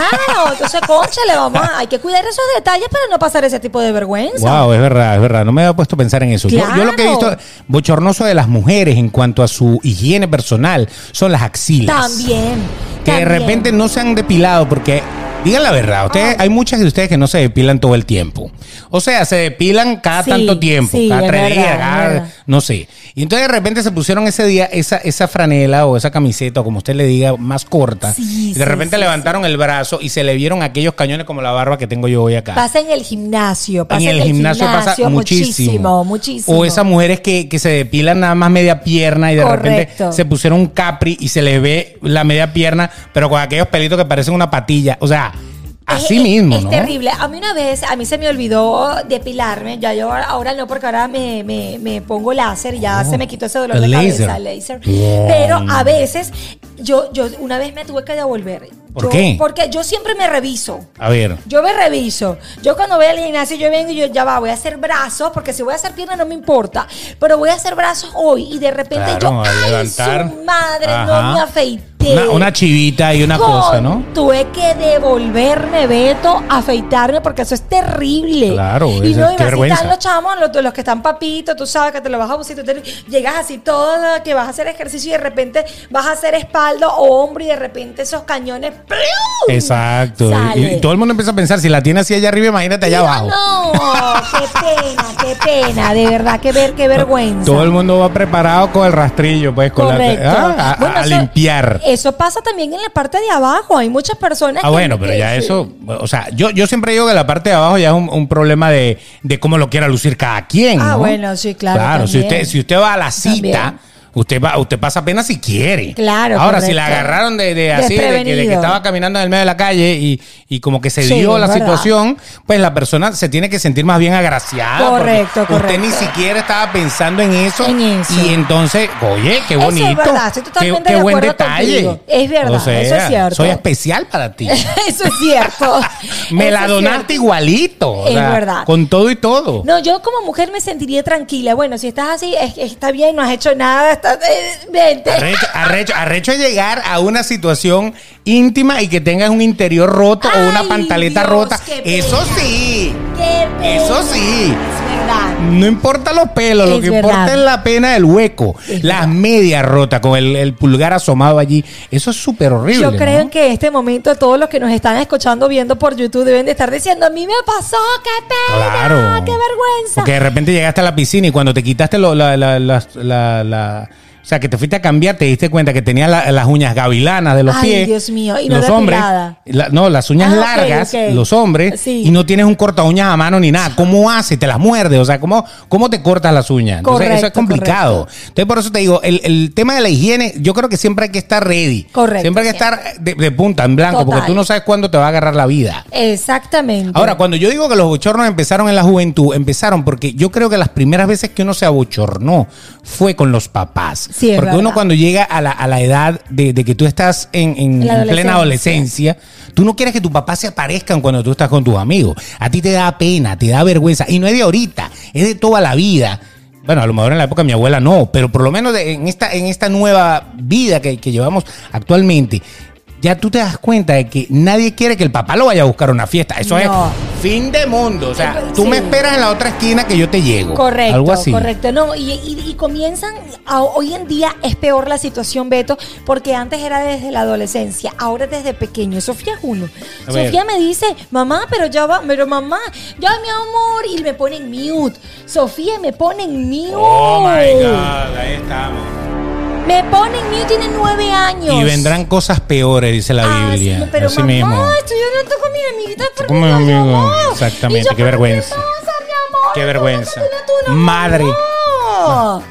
S2: entonces, concha, le vamos a- Hay que cuidar esos detalles para no pasar ese tipo de vergüenza.
S1: Wow, es verdad, es verdad. No me había puesto a pensar en eso. Yo- Yo, lo que he visto
S2: Claro.
S1: bochornoso de las mujeres en cuanto a su higiene personal son las axilas.
S2: También.
S1: Que de
S2: también.
S1: repente no se han depilado porque, digan la verdad, ustedes, hay muchas de ustedes que no se depilan todo el tiempo. O sea, se depilan cada
S2: Sí,
S1: tanto tiempo,
S2: sí,
S1: cada
S2: es
S1: tres
S2: verdad,
S1: días,
S2: es
S1: cada-
S2: verdad.
S1: no sé. Y entonces de repente se pusieron ese día esa, esa franela o esa camiseta, o como usted le diga, más corta.
S2: Sí,
S1: y de
S2: sí,
S1: repente
S2: sí,
S1: levantaron el brazo y se le vieron aquellos cañones como la barba que tengo yo hoy acá.
S2: Pasa en el gimnasio. Pasa
S1: En el gimnasio pasa muchísimo.
S2: Muchísimo, muchísimo.
S1: O esas mujeres que, que se depilan nada más media pierna y de repente
S2: Correcto.
S1: se pusieron un capri y se les ve la media pierna, pero con aquellos pelitos que parecen una patilla. O sea, así
S2: Es- es-
S1: mismo,
S2: Es
S1: ¿no?
S2: terrible. A mí una vez, a mí se me olvidó depilarme. Ya yo ahora- ahora no, porque ahora me, me- me pongo láser y ya
S1: Oh,
S2: se me quitó ese dolor
S1: el
S2: de
S1: láser.
S2: cabeza, láser.
S1: Wow.
S2: Pero a veces, yo, yo una vez me tuve que devolver.
S1: ¿Por
S2: Yo-
S1: qué?
S2: Porque yo siempre me reviso.
S1: A ver.
S2: Yo me reviso. Yo cuando voy al gimnasio, yo vengo y yo ya va, voy a hacer brazos, porque si voy a hacer piernas no me importa. Pero voy a hacer brazos hoy y de repente
S1: Claro,
S2: yo,
S1: a
S2: ¡ay,
S1: levantar.
S2: su madre!
S1: Ajá.
S2: No me afeité.
S1: Una, una chivita y una cosa, ¿no?
S2: Con- Tuve que devolverme, Beto, a afeitarme, porque eso es terrible.
S1: Claro,
S2: y
S1: es-
S2: no,
S1: qué
S2: y más si
S1: vergüenza.
S2: están los chamos, los, los que están papitos, tú sabes que te lo vas a buscar, tú te- llegas así todo, que vas a hacer ejercicio y de repente vas a hacer espalda o hombro y de repente esos cañones. ¡plum!
S1: Exacto. Y,
S2: Sale.
S1: y todo el mundo empieza a pensar, si la tiene así allá arriba, imagínate allá
S2: Digo,
S1: abajo.
S2: No, qué pena, qué pena, de verdad, qué ver, qué vergüenza.
S1: Todo el mundo va preparado con el rastrillo, pues, con la-
S2: Correcto.
S1: ah, a,
S2: Bueno,
S1: a
S2: eso-
S1: limpiar.
S2: Eso pasa también en la parte de abajo. Hay muchas personas.
S1: Ah,
S2: que-
S1: bueno, pero
S2: que-
S1: ya eso, o sea, yo, yo siempre digo que la parte de abajo ya es un, un problema de, de cómo lo quiera lucir cada quien.
S2: Ah,
S1: ¿no?
S2: bueno, sí, claro,
S1: Claro, si
S2: también.
S1: usted, si usted va a la cita,
S2: También.
S1: usted va, usted pasa apenas si quiere.
S2: Claro,
S1: Ahora, si
S2: correcto.
S1: la agarraron de, de así, de que- de que,
S2: Desprevenido.
S1: estaba caminando en el medio de la calle y, y como que se
S2: Sí,
S1: dio
S2: es
S1: la
S2: verdad.
S1: situación, pues la persona se tiene que sentir más bien agraciada. porque
S2: Correcto,
S1: Usted
S2: correcto.
S1: ni siquiera estaba pensando en eso.
S2: En eso.
S1: Y entonces, oye, qué
S2: Eso es
S1: bonito.
S2: verdad, estoy
S1: qué-
S2: totalmente
S1: qué
S2: de
S1: buen
S2: acuerdo
S1: detalle.
S2: contigo. Es verdad,
S1: O sea,
S2: eso es cierto.
S1: Soy especial para ti.
S2: Eso es cierto.
S1: Me
S2: Eso
S1: la
S2: es
S1: donaste
S2: cierto.
S1: igualito. o
S2: Es
S1: sea,
S2: verdad.
S1: Con todo y todo.
S2: No, yo como mujer me sentiría tranquila. Bueno, si estás así, es- está bien, no has hecho nada. Está, eh, vente.
S1: Arrecho, arrecho, arrecho es llegar a una situación íntima y que tengas un interior roto o una
S2: Ay,
S1: pantaleta
S2: Dios,
S1: rota.
S2: qué pena.
S1: Eso sí.
S2: Qué pena.
S1: Eso sí.
S2: Es verdad.
S1: No importa los pelos, lo
S2: Es
S1: que
S2: verdad.
S1: importa es la pena del hueco.
S2: Es
S1: las
S2: verdad.
S1: medias rotas con el, el pulgar asomado allí. Eso es súper horrible.
S2: Yo creo
S1: ¿no?
S2: que en este momento todos los que nos están escuchando, viendo por YouTube, deben de estar diciendo, a mí me pasó, qué pena,
S1: Claro.
S2: qué vergüenza.
S1: Porque de repente llegaste a la piscina y cuando te quitaste lo- la, la- la- la- la- O sea, que te fuiste a cambiar, te diste cuenta que tenía la- las uñas gavilanas de los
S2: Ay,
S1: pies.
S2: Dios mío, y no
S1: los
S2: depilada.
S1: hombres. la- no, las uñas
S2: Ah, ok,
S1: largas,
S2: ok.
S1: los hombres.
S2: Sí.
S1: Y no tienes un corta uñas a mano ni nada. ¿Cómo haces? Te las muerdes. O sea, ¿cómo, cómo te cortas las uñas? Entonces, eso es
S2: Correcto,
S1: complicado. Entonces, por eso te digo, el, el tema de la higiene, yo creo que siempre hay que estar ready.
S2: Correcto,
S1: Siempre hay que estar de, de punta, en blanco, porque
S2: Total.
S1: tú no sabes cuándo te va a agarrar la vida.
S2: Exactamente.
S1: Ahora, cuando yo digo que los bochornos empezaron en la juventud, empezaron porque yo creo que las primeras veces que uno se abochornó fue con los papás.
S2: Sí, es
S1: porque uno
S2: verdad.
S1: cuando llega a la, a la edad de, de que tú estás en, en-
S2: En la
S1: en plena adolescencia, tú no quieres que tu papá se aparezcan cuando tú estás con tus amigos. A ti te da pena, te da vergüenza. Y no es de ahorita, es de toda la vida. Bueno, a lo mejor en la época de mi abuela no, pero por lo menos de- en, esta, en esta nueva vida que, que llevamos actualmente, ya tú te das cuenta de que nadie quiere que el papá lo vaya a buscar a una fiesta. Eso
S2: No. Eh,
S1: es fin de mundo. O sea, tú
S2: Sí.
S1: me esperas en la otra esquina que yo te llego.
S2: Correcto,
S1: Algo así.
S2: correcto. No, y, y- y comienzan, a- hoy en día es peor la situación, Beto, porque antes era desde la adolescencia, ahora desde pequeño. Sofía es uno.
S1: A ver.
S2: Sofía me dice, mamá, pero ya va, pero mamá, ya mi amor, y me ponen mute. Sofía me ponen mute.
S1: Oh ahí estamos.
S2: Me ponen mute, tiene nueve años.
S1: Y vendrán cosas peores, dice la
S2: Ah, sí,
S1: Biblia.
S2: pero
S1: así
S2: mamá,
S1: mismo.
S2: estoy hablando con mis amiguitas porque
S1: Con mis
S2: no
S1: amigos.
S2: llamó.
S1: Exactamente,
S2: Y yo,
S1: qué
S2: pero
S1: vergüenza.
S2: ¿qué pasa, mi amor?
S1: Qué
S2: ¿Cómo
S1: vergüenza.
S2: que tú no
S1: Madre.
S2: llamó?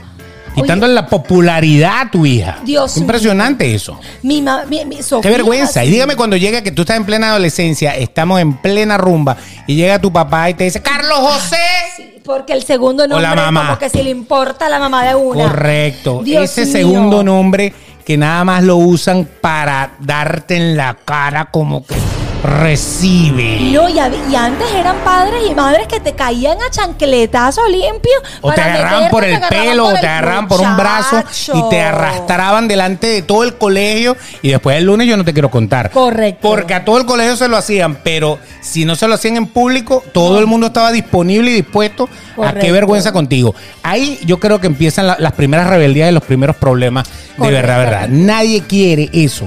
S1: Quitándole la popularidad a tu hija.
S2: Dios
S1: Impresionante eso.
S2: Oye, mi ma- mi- mi- Sofía,
S1: Qué vergüenza.
S2: sí.
S1: Y dígame cuando llega que tú estás en plena adolescencia, estamos en plena rumba y llega tu papá y te dice, Carlos José.
S2: Sí, Porque el segundo nombre
S1: la mamá.
S2: como que si le importa a la mamá de una.
S1: Correcto.
S2: Dios
S1: Ese
S2: mío.
S1: segundo nombre que nada más lo usan para darte en la cara como que recibe.
S2: No, y, hab- y antes eran padres y madres que te caían a chancletazo limpio.
S1: O te
S2: para
S1: agarraban
S2: meterte,
S1: por
S2: te
S1: el
S2: agarraban
S1: pelo,
S2: por
S1: o te
S2: el-
S1: agarraban por un brazo y te
S2: Muchacho.
S1: arrastraban delante de todo el colegio. Y después el lunes yo no te quiero contar.
S2: Correcto.
S1: Porque a todo el colegio se lo hacían, pero si no se lo hacían en público, todo el mundo estaba disponible y dispuesto a qué
S2: Correcto.
S1: vergüenza contigo. Ahí yo creo que empiezan la- las primeras rebeldías y los primeros problemas de
S2: Correcto.
S1: verdad, verdad. Nadie quiere eso.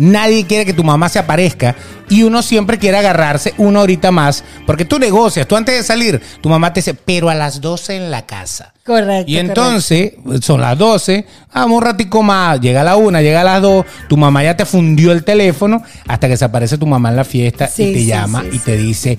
S1: Nadie quiere que tu mamá se aparezca y uno siempre quiere agarrarse una horita más porque tú negocias. Tú antes de salir, tu mamá te dice, pero a las 12 en la casa.
S2: Correcto.
S1: Y entonces son las 12, vamos un ratico más, llega la una, llega a las dos, tu mamá ya te fundió el teléfono hasta que se aparece tu mamá en la fiesta
S2: Sí,
S1: y te
S2: sí,
S1: llama
S2: sí,
S1: y
S2: sí.
S1: te dice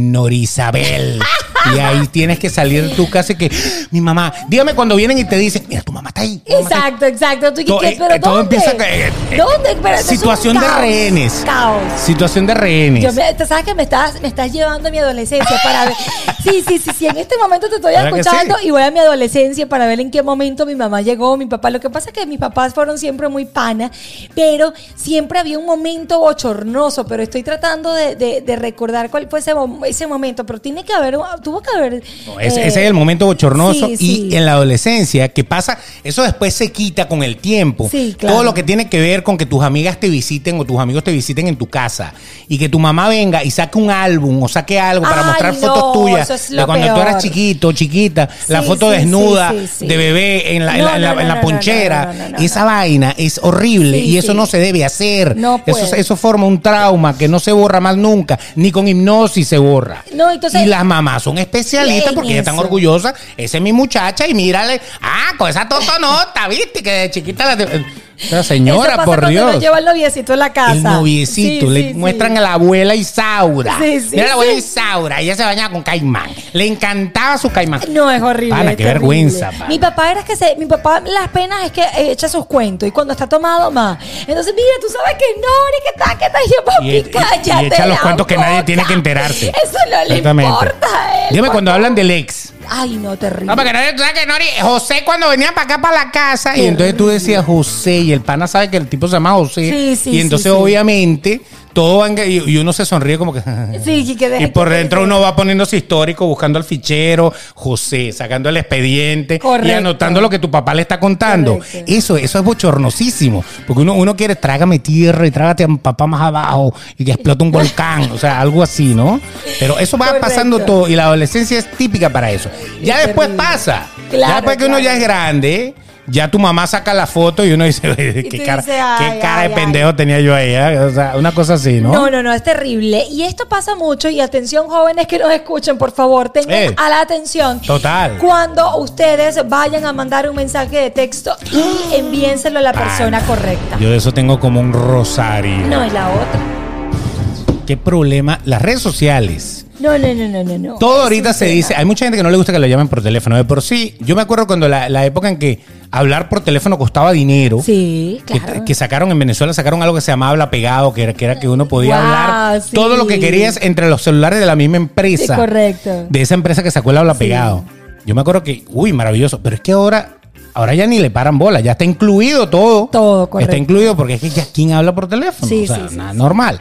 S1: Norisabel. y ahí tienes que salir de tu casa y que mi mamá, dígame cuando vienen y te dicen, mira, tu mamá está ahí. tu mamá está ahí".
S2: Exacto, exacto. Tú, ¿qué-
S1: Todo-
S2: qué-
S1: eh,
S2: pero
S1: todo
S2: ¿dónde?
S1: empieza que- eh, eh,
S2: ¿Dónde? Pero esto es un
S1: situación de
S2: caos,
S1: rehenes.
S2: Caos.
S1: Situación de rehenes.
S2: Yo me- te sabes que me estás, me estás llevando a mi adolescencia para ver. Sí, sí, sí, sí. En este momento te estoy
S1: ¿Verdad que
S2: escuchando
S1: sí?
S2: y voy a mi adolescencia para ver en qué momento mi mamá llegó, mi papá. Lo que pasa es que mis papás fueron siempre muy panas, pero siempre había un momento bochornoso. Pero estoy tratando de, de- de recordar cuál fue ese, mom- ese momento. Pero tiene que haber, un- tuvo que haber.
S1: No, ese,
S2: eh,
S1: ese es el momento bochornoso
S2: sí,
S1: y
S2: sí.
S1: en la adolescencia que pasa, eso después se quita con el tiempo.
S2: Sí, claro.
S1: Todo lo que tiene que ver con que tus amigas te visiten o tus amigos te visiten en tu casa y que tu mamá venga y saque un álbum o saque algo para
S2: Ay,
S1: mostrar
S2: no,
S1: fotos tuyas
S2: eso es
S1: de
S2: lo
S1: cuando tú
S2: peor.
S1: eras chiquito, chiquita, la
S2: Sí,
S1: foto
S2: sí,
S1: desnuda
S2: sí, sí, sí.
S1: de bebé en la, en
S2: No,
S1: la- en la-
S2: no, no,
S1: en la
S2: no, no,
S1: ponchera.
S2: no, no, no, no,
S1: Esa vaina es horrible
S2: Sí,
S1: y eso
S2: sí.
S1: no se debe hacer.
S2: No
S1: eso,
S2: puede.
S1: eso forma un trauma que no se borra más nunca, ni con hipnosis se borra.
S2: No, entonces-
S1: y las mamás son especialistas
S2: Bien,
S1: porque ellas están
S2: eso.
S1: orgullosas orgullosa. Esa es mi muchacha y mírale. Ah, con esa totonota, viste, que de chiquita la... te- Esa
S2: eso
S1: señora,
S2: pasa
S1: por
S2: cuando
S1: Dios.
S2: uno lleva el noviecito a la casa.
S1: El noviecito,
S2: Sí,
S1: le
S2: sí, sí.
S1: muestran a la abuela Isaura.
S2: Sí, sí,
S1: Mira la abuela
S2: sí.
S1: Isaura, ella se bañaba con caimán. Le encantaba su caimán.
S2: No, es horrible.
S1: Pana,
S2: es
S1: qué
S2: terrible.
S1: vergüenza, pana.
S2: Mi papá era que se. Mi papá, las penas es que eh, echa sus cuentos y cuando está tomado, más. Entonces, mira, tú sabes que no, ni que tal, que tal. Y yo,
S1: Y- y-
S2: papi, cállate.
S1: y echa los
S2: la
S1: cuentos que
S2: boca.
S1: nadie tiene que enterarse.
S2: Eso no le
S1: Exactamente.
S2: importa a él,
S1: Dime
S2: por
S1: cuando hablan del ex.
S2: favor. Ay, no, terrible.
S1: No, porque no, tú sabes que Nori, José cuando venía para acá, para la casa, y entonces tú decías José, y el pana sabe que el tipo se llama José.
S2: Sí, sí,
S1: y entonces,
S2: sí, sí.
S1: obviamente, todo va en- y, y uno se sonríe como que.
S2: Sí, sí, que deja-
S1: y por
S2: que-
S1: dentro uno va poniéndose histórico, buscando el fichero, José, sacando el expediente y
S2: Correcto.
S1: anotando lo que tu papá le está contando.
S2: Correcto.
S1: Eso, eso es bochornosísimo. Porque uno, uno quiere trágame tierra y trágate a mi papá más abajo y que explota un volcán. o sea, algo así, ¿no? Pero eso va
S2: Correcto.
S1: pasando todo. Y la adolescencia es típica para eso. Ya
S2: Es
S1: después
S2: terrible.
S1: pasa. ya
S2: Claro,
S1: después que uno
S2: claro.
S1: ya es grande, ya tu mamá saca la foto y uno dice,
S2: tú
S1: qué cara,
S2: dices,
S1: qué
S2: "Ay,
S1: cara de
S2: ay, ay".
S1: pendejo tenía yo ahí. ¿eh?". O sea, una cosa así, ¿no?
S2: No, no, no, es terrible. Y esto pasa mucho. Y atención, jóvenes que nos escuchen, por favor, tengan
S1: Eh.
S2: a la atención.
S1: Total.
S2: Cuando ustedes vayan a mandar un mensaje de texto y envíenselo a la
S1: Pana,
S2: persona correcta.
S1: Yo de eso tengo como un rosario.
S2: No, es la otra.
S1: ¿Qué problema? Las redes sociales.
S2: No, no, no, no, no, no.
S1: Todo
S2: Es
S1: ahorita
S2: un
S1: se
S2: tema.
S1: dice, hay mucha gente que no le gusta que lo llamen por teléfono. De por sí, yo me acuerdo cuando la, la época en que hablar por teléfono costaba dinero.
S2: Sí,
S1: que-
S2: claro.
S1: Que, sacaron en Venezuela, sacaron algo que se llamaba habla pegado, que era que, era que uno podía
S2: Wow,
S1: hablar
S2: sí.
S1: todo lo que querías entre los celulares de la misma empresa.
S2: Sí, correcto.
S1: De esa empresa que sacó el habla
S2: Sí.
S1: pegado. Yo me acuerdo que, uy, maravilloso. Pero es que ahora, ahora ya ni le paran bola, ya está incluido todo.
S2: Todo, correcto.
S1: Está incluido porque es que ya quién habla por teléfono.
S2: Sí,
S1: o sea,
S2: sí, sí,
S1: nada
S2: sí.
S1: normal.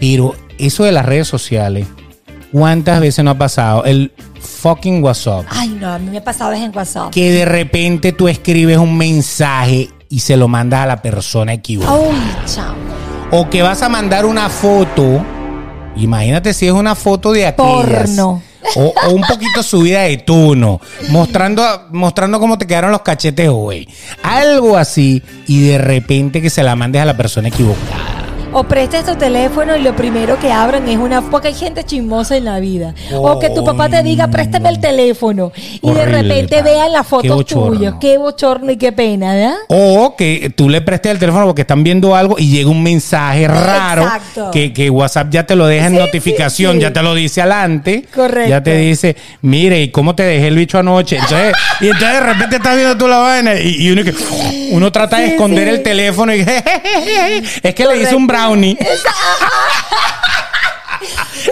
S1: Pero eso de las redes sociales, ¿cuántas veces no ha pasado? El fucking WhatsApp
S2: Ay, no, a mí me pasaba es en WhatsApp.
S1: que de repente tú escribes un mensaje y se lo mandas a la persona equivocada.
S2: Uy, chamo.
S1: O que vas a mandar una foto. Imagínate si es una foto de aquellas.
S2: Porno.
S1: O, o un poquito subida de tono. Mostrando, mostrando cómo te quedaron los cachetes hoy. Algo así. Y de repente que se la mandes a la persona equivocada.
S2: O prestes tu teléfono y lo primero que abran es una. Porque hay gente chismosa en la vida. o que tu papá te diga, préstame el teléfono. Y de
S1: Horrible,
S2: repente
S1: pana.
S2: vean las
S1: Qué
S2: fotos
S1: bochorno.
S2: tuyas. Qué bochorno y qué pena, ¿verdad?
S1: O que tú le prestes el teléfono porque están viendo algo y llega un mensaje raro
S2: Exacto.
S1: que, que WhatsApp ya te lo deja en
S2: Sí,
S1: notificación,
S2: sí, sí.
S1: ya te lo dice adelante.
S2: Correcto.
S1: Ya te dice, mire, ¿y cómo te dejé el bicho anoche? Entonces, y entonces de repente estás viendo tú la vaina y, y uno, que, uno trata de
S2: Sí,
S1: esconder
S2: sí.
S1: el teléfono y es que le hice un
S2: Correcto.
S1: brownie. Este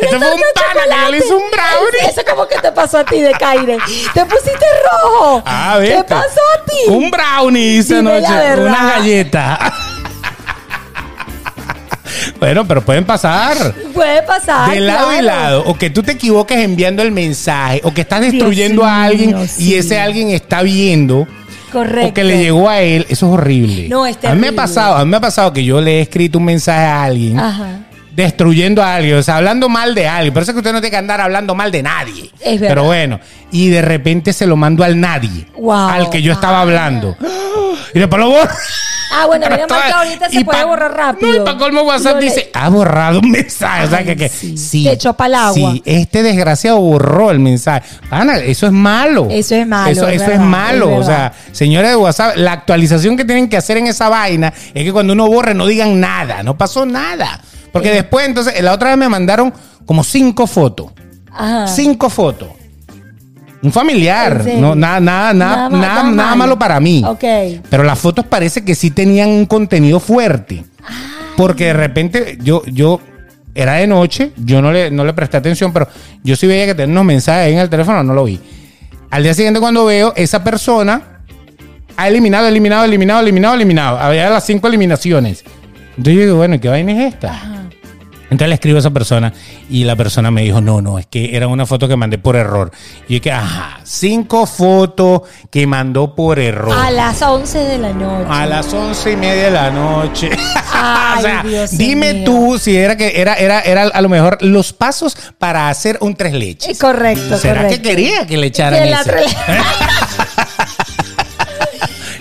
S1: fue un pana que yo le hice un brownie.
S2: Eso como que te pasó a ti de Caire. Te pusiste rojo.
S1: Ah, ¿viste?
S2: ¿Qué pasó a ti?
S1: Un brownie hice
S2: Dime la
S1: anoche.
S2: verdad.
S1: Una galleta. Bueno, pero pueden pasar.
S2: Puede pasar.
S1: de lado
S2: Ah, claro.
S1: y lado, o que tú te equivoques enviando el mensaje, o que estás destruyendo
S2: Dios
S1: a alguien
S2: mío,
S1: y
S2: sí.
S1: ese alguien está viendo,
S2: Correcto.
S1: o que le llegó a él, eso es horrible.
S2: No,
S1: a
S2: es
S1: mí me ha
S2: terrible.
S1: pasado, a mí me ha pasado que yo le he escrito un mensaje a alguien
S2: Ajá.
S1: destruyendo a alguien, o sea, hablando mal de alguien. Por eso es que usted no tiene que andar hablando mal de nadie.
S2: Es verdad.
S1: Pero bueno, y de repente se lo mando al nadie,
S2: Wow.
S1: al que yo estaba
S2: Ah.
S1: hablando. Y después lo borro.
S2: Ah, bueno,
S1: Pero
S2: mira mal que
S1: toda-
S2: ahorita se
S1: y
S2: puede
S1: pa-
S2: borrar rápido.
S1: No, y para colmo WhatsApp
S2: Yo le-
S1: dice, ha borrado un mensaje. o sea,
S2: Ay,
S1: que, que-
S2: sí. Te echó pa'l agua.
S1: Sí, este desgraciado borró el mensaje. Pana, eso es malo.
S2: Eso es malo,
S1: Eso,
S2: es
S1: eso es
S2: verdad,
S1: malo.
S2: es
S1: o sea,
S2: verdad.
S1: señores de WhatsApp, la actualización que tienen que hacer en esa vaina es que cuando uno borre no digan nada, no pasó nada. Porque después, entonces, la otra vez me mandaron como cinco fotos.
S2: Ajá.
S1: Cinco fotos. Un familiar.
S2: Ah. ¿En serio?
S1: No, nada, nada, nada,
S2: Nada ma-
S1: nada-
S2: nada
S1: nada
S2: mal.
S1: malo para mí.
S2: Ok.
S1: Pero las fotos parece que sí tenían un contenido fuerte. Porque de repente yo, yo era de noche, yo no le, no le presté atención, pero yo sí veía que tenía unos mensajes ahí en el teléfono, no lo vi. Al día siguiente cuando veo, esa persona ha eliminado, eliminado, eliminado, eliminado, eliminado. Había las cinco eliminaciones. Entonces yo digo, bueno, ¿qué vaina es esta? Entonces le escribo a esa persona y la persona me dijo, no, no, es que era una foto que mandé por error. Y yo que, ajá, cinco fotos que mandó por error.
S2: A las 11 de la noche.
S1: A las once y media de la noche.
S2: Ay,
S1: Ah, o sea,
S2: Dios
S1: dime
S2: mío.
S1: tú si era que era, era, era a lo mejor los pasos para hacer un tres
S2: Eh,
S1: leches.
S2: Correcto,
S1: ¿Será
S2: correcto.
S1: que quería que le echaran
S2: Que la
S1: ese?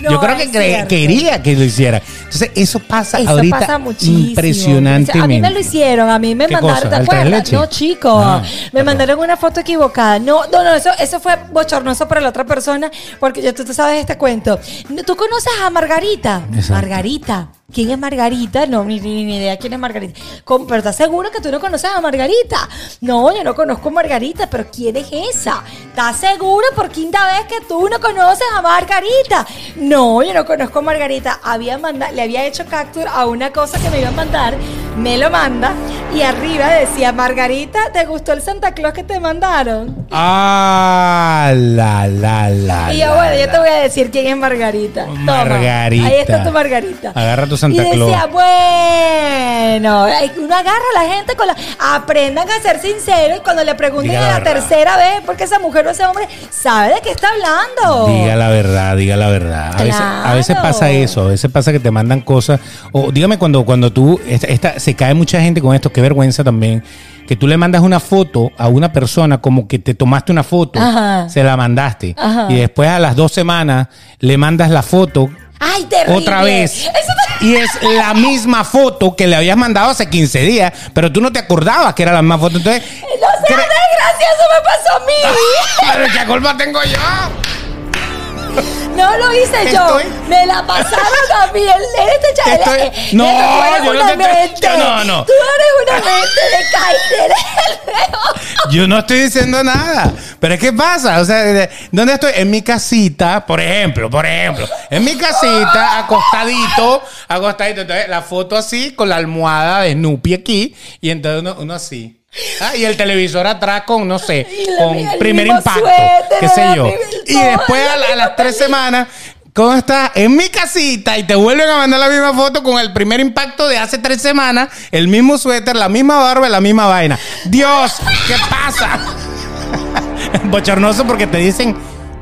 S2: No,
S1: Yo creo
S2: es
S1: que cre-
S2: cierto.
S1: quería que lo hiciera. Entonces, eso pasa
S2: Eso
S1: ahorita
S2: pasa muchísimo.
S1: impresionantemente.
S2: A mí me lo hicieron, a mí me
S1: ¿Qué
S2: mandaron,
S1: cosa?
S2: ¿te
S1: ¿Al tres
S2: acuerdas?
S1: leche?
S2: No, chico,
S1: Ah,
S2: me
S1: perdón.
S2: mandaron una foto equivocada. No, no, no, eso, eso fue bochornoso para la otra persona, porque yo, tú, tú sabes este cuento. No, ¿Tú conoces a Margarita?
S1: Exacto.
S2: Margarita. ¿Quién es Margarita? No, ni, ni- ni idea quién es Margarita. Con- pero ¿estás seguro que tú no conoces a Margarita? No, yo no conozco a Margarita, pero ¿quién es esa? ¿Estás seguro por quinta vez que tú no conoces a Margarita? No, yo no conozco a Margarita. Había manda- le había hecho capture a una cosa que me iba a mandar, me lo manda y arriba decía, Margarita, ¿te gustó el Santa Claus que te mandaron?
S1: Ah, la, la, la.
S2: Y yo,
S1: la,
S2: bueno, yo
S1: la.
S2: te voy a decir quién es Margarita. Toma,
S1: Margarita.
S2: ahí está tu Margarita.
S1: Agarra tu Santa
S2: y decía,
S1: Claus.
S2: bueno, ay, uno agarra a la gente con la... Aprendan a ser sinceros y cuando le pregunten
S1: Diga la
S2: a la
S1: verdad.
S2: tercera vez por qué esa mujer o ese hombre sabe de qué está hablando.
S1: Diga la verdad, diga la verdad. A, veces, a veces
S2: Claro.
S1: pasa eso, a veces pasa que te mandan cosas. O dígame cuando, cuando tú, esta, esta- se cae mucha gente con esto, qué vergüenza también, que tú le mandas una foto a una persona como que te tomaste una foto,
S2: Ajá.
S1: se la mandaste,
S2: Ajá.
S1: y después a las dos semanas le mandas la foto
S2: Ay, terrible.
S1: otra vez.
S2: Eso te-
S1: Y es la misma foto que le habías mandado hace 15 días, pero tú no te acordabas que era la misma foto. Entonces,
S2: No seas
S1: cre- Ah.
S2: desgraciado, me pasó a mí.
S1: pero ¿qué culpa tengo yo?
S2: No lo hice yo.
S1: Estoy-
S2: Me la pasaron a mí. Él, él este chaval-
S1: Estoy-
S2: eh,
S1: No,
S2: eh, tú eres
S1: yo no
S2: una
S1: te estoy-
S2: mente.
S1: yo no, no.
S2: Tú eres una mente de Kaiser. eh,
S1: Yo no estoy diciendo nada. Pero es que pasa. O sea, de- ¿dónde estoy? En mi casita, por ejemplo, por ejemplo. En mi casita, acostadito, acostadito. Entonces, la foto así, con la almohada de Snoopy aquí. Y entonces uno, uno así. Ah, y el televisor atrás con, no sé,
S2: Y la-
S1: con
S2: el
S1: primer
S2: mismo
S1: impacto.
S2: suéter,
S1: qué sé
S2: la
S1: yo.
S2: misma-
S1: Y
S2: todo,
S1: después
S2: la
S1: a, la- a
S2: misma
S1: las tres semanas. ¿Cómo estás? En mi casita y te vuelven a mandar la misma foto con el primer impacto de hace tres semanas, el mismo suéter, la misma barba, y la misma vaina. Dios, ¿qué pasa? Bochornoso porque te dicen,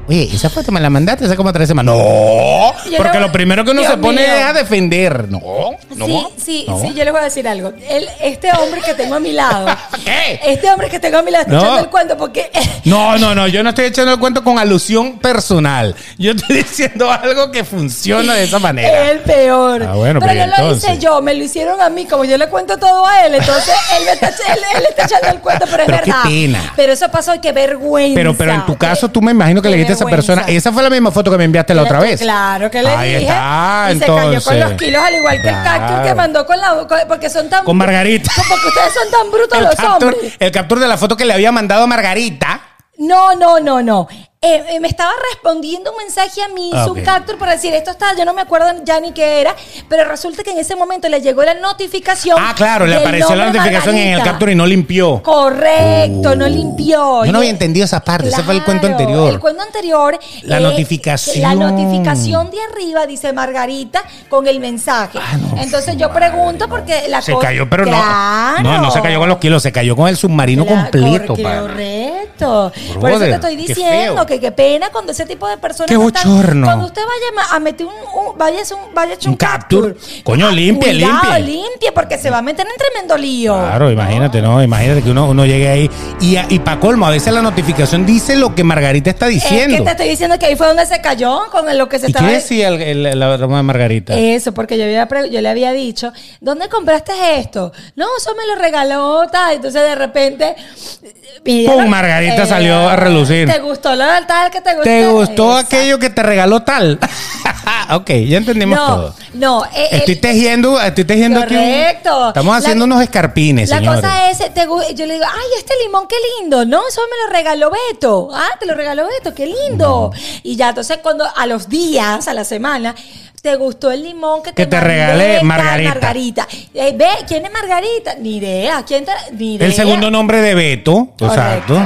S1: oye, esa foto me la mandaste hace como tres semanas. No,
S2: Yo
S1: porque
S2: no-
S1: lo primero que uno
S2: Dios
S1: se pone
S2: mío.
S1: es a defender. No, no.
S2: sí, sí,
S1: no.
S2: sí, yo les voy a decir algo. El- este hombre que tengo a mi lado.
S1: ¿Qué?
S2: Este hombre que tengo a mi lado está
S1: No.
S2: echando el cuento porque.
S1: No, no, no, yo no estoy echando el cuento con alusión personal. Yo estoy diciendo algo que funciona de esa manera.
S2: El peor.
S1: Ah, bueno,
S2: pero
S1: pero
S2: yo
S1: ¿y
S2: lo
S1: entonces?
S2: hice yo, me lo hicieron a mí, como yo le cuento todo a él, entonces él me está, echa- él, él está echando el cuento, pero es
S1: Pero qué
S2: verdad.
S1: pena.
S2: Pero eso pasó y qué vergüenza.
S1: Pero, pero en tu caso,
S2: Qué-
S1: tú me imagino que
S2: qué
S1: le dijiste a esa
S2: vergüenza.
S1: persona, esa fue la misma foto que me enviaste la otra vez.
S2: Claro que le
S1: Ahí
S2: dije.
S1: está,
S2: y
S1: entonces.
S2: se cayó con los kilos, al igual que el
S1: Claro.
S2: cactus que mandó con la. con- porque son tan.
S1: Con Margarita.
S2: Porque ustedes son tan brutos
S1: El
S2: los
S1: capture,
S2: hombres.
S1: el capture de la foto que le había mandado a Margarita.
S2: No, no, no, no. eh, eh, me estaba respondiendo un mensaje a mí,
S1: Ah,
S2: su
S1: ok.
S2: capture, para decir esto está, yo no me acuerdo ya ni qué era, pero resulta que en ese momento le llegó la notificación.
S1: Ah, claro, le
S2: del
S1: apareció la
S2: nombre
S1: notificación en el
S2: Margarita.
S1: capture y no limpió.
S2: Correcto, no limpió.
S1: Yo no
S2: Y-
S1: había entendido esa parte, ese fue el cuento
S2: Claro,
S1: anterior.
S2: El cuento anterior.
S1: La
S2: eh,
S1: notificación.
S2: La notificación de arriba, dice Margarita, con el mensaje.
S1: Ah,
S2: Entonces yo pregunto porque la
S1: Se
S2: cosa-
S1: cayó, pero
S2: Claro.
S1: no. No, no se cayó con los kilos, se cayó con el submarino
S2: Claro,
S1: completo,
S2: cor-
S1: pana.
S2: Correcto. Por eso te
S1: Brother,
S2: estoy
S1: qué
S2: diciendo
S1: feo.
S2: que qué pena cuando ese tipo de personas.
S1: Qué
S2: no están-
S1: bochorno.
S2: Cuando usted vaya ma- a meter un. un- vaya a hacer un, vaya a hacer
S1: Un
S2: un capture. Ah,
S1: capture. Coño, limpie,
S2: cuidado,
S1: limpie.
S2: limpie, porque se va a meter en tremendo lío.
S1: Claro, imagínate, ¿no? Imagínate que uno, uno llegue ahí. Y, a- y pa' colmo, a veces la notificación dice lo que Margarita está diciendo.
S2: Es que te estoy diciendo que ahí fue donde se cayó con lo que se
S1: ¿Y qué
S2: estaba.
S1: decía el- el- la broma de Margarita?
S2: Eso, porque yo, había pre- yo le había dicho, ¿dónde compraste esto? No, eso me lo regaló tal. Entonces de repente. mira,
S1: Pum, Margarita salió a relucir.
S2: "Eh, ¿Te gustó lo del tal que te gustó?
S1: ¿Te gustó
S2: Exacto.
S1: aquello que te regaló tal? ok, ya entendimos
S2: no,
S1: todo.
S2: No, eh, el-
S1: Estoy tejiendo, estoy tejiendo aquí. un-
S2: Correcto.
S1: Estamos haciendo
S2: La-
S1: unos escarpines,
S2: La
S1: señores.
S2: cosa es, te gu- yo le digo, ay, este limón, qué lindo. No, eso me lo regaló Beto. Ah, te lo regaló Beto, qué lindo. Y ya, entonces, cuando a los días, a la semana, te gustó el limón que te,
S1: Que te
S2: mandé,
S1: regalé,
S2: tal,
S1: Margarita.
S2: Margarita. Eh, ve, ¿quién es Margarita? Ni idea. ¿Quién te- Ni idea.
S1: El segundo nombre de Beto.
S2: Correcto.
S1: Exacto.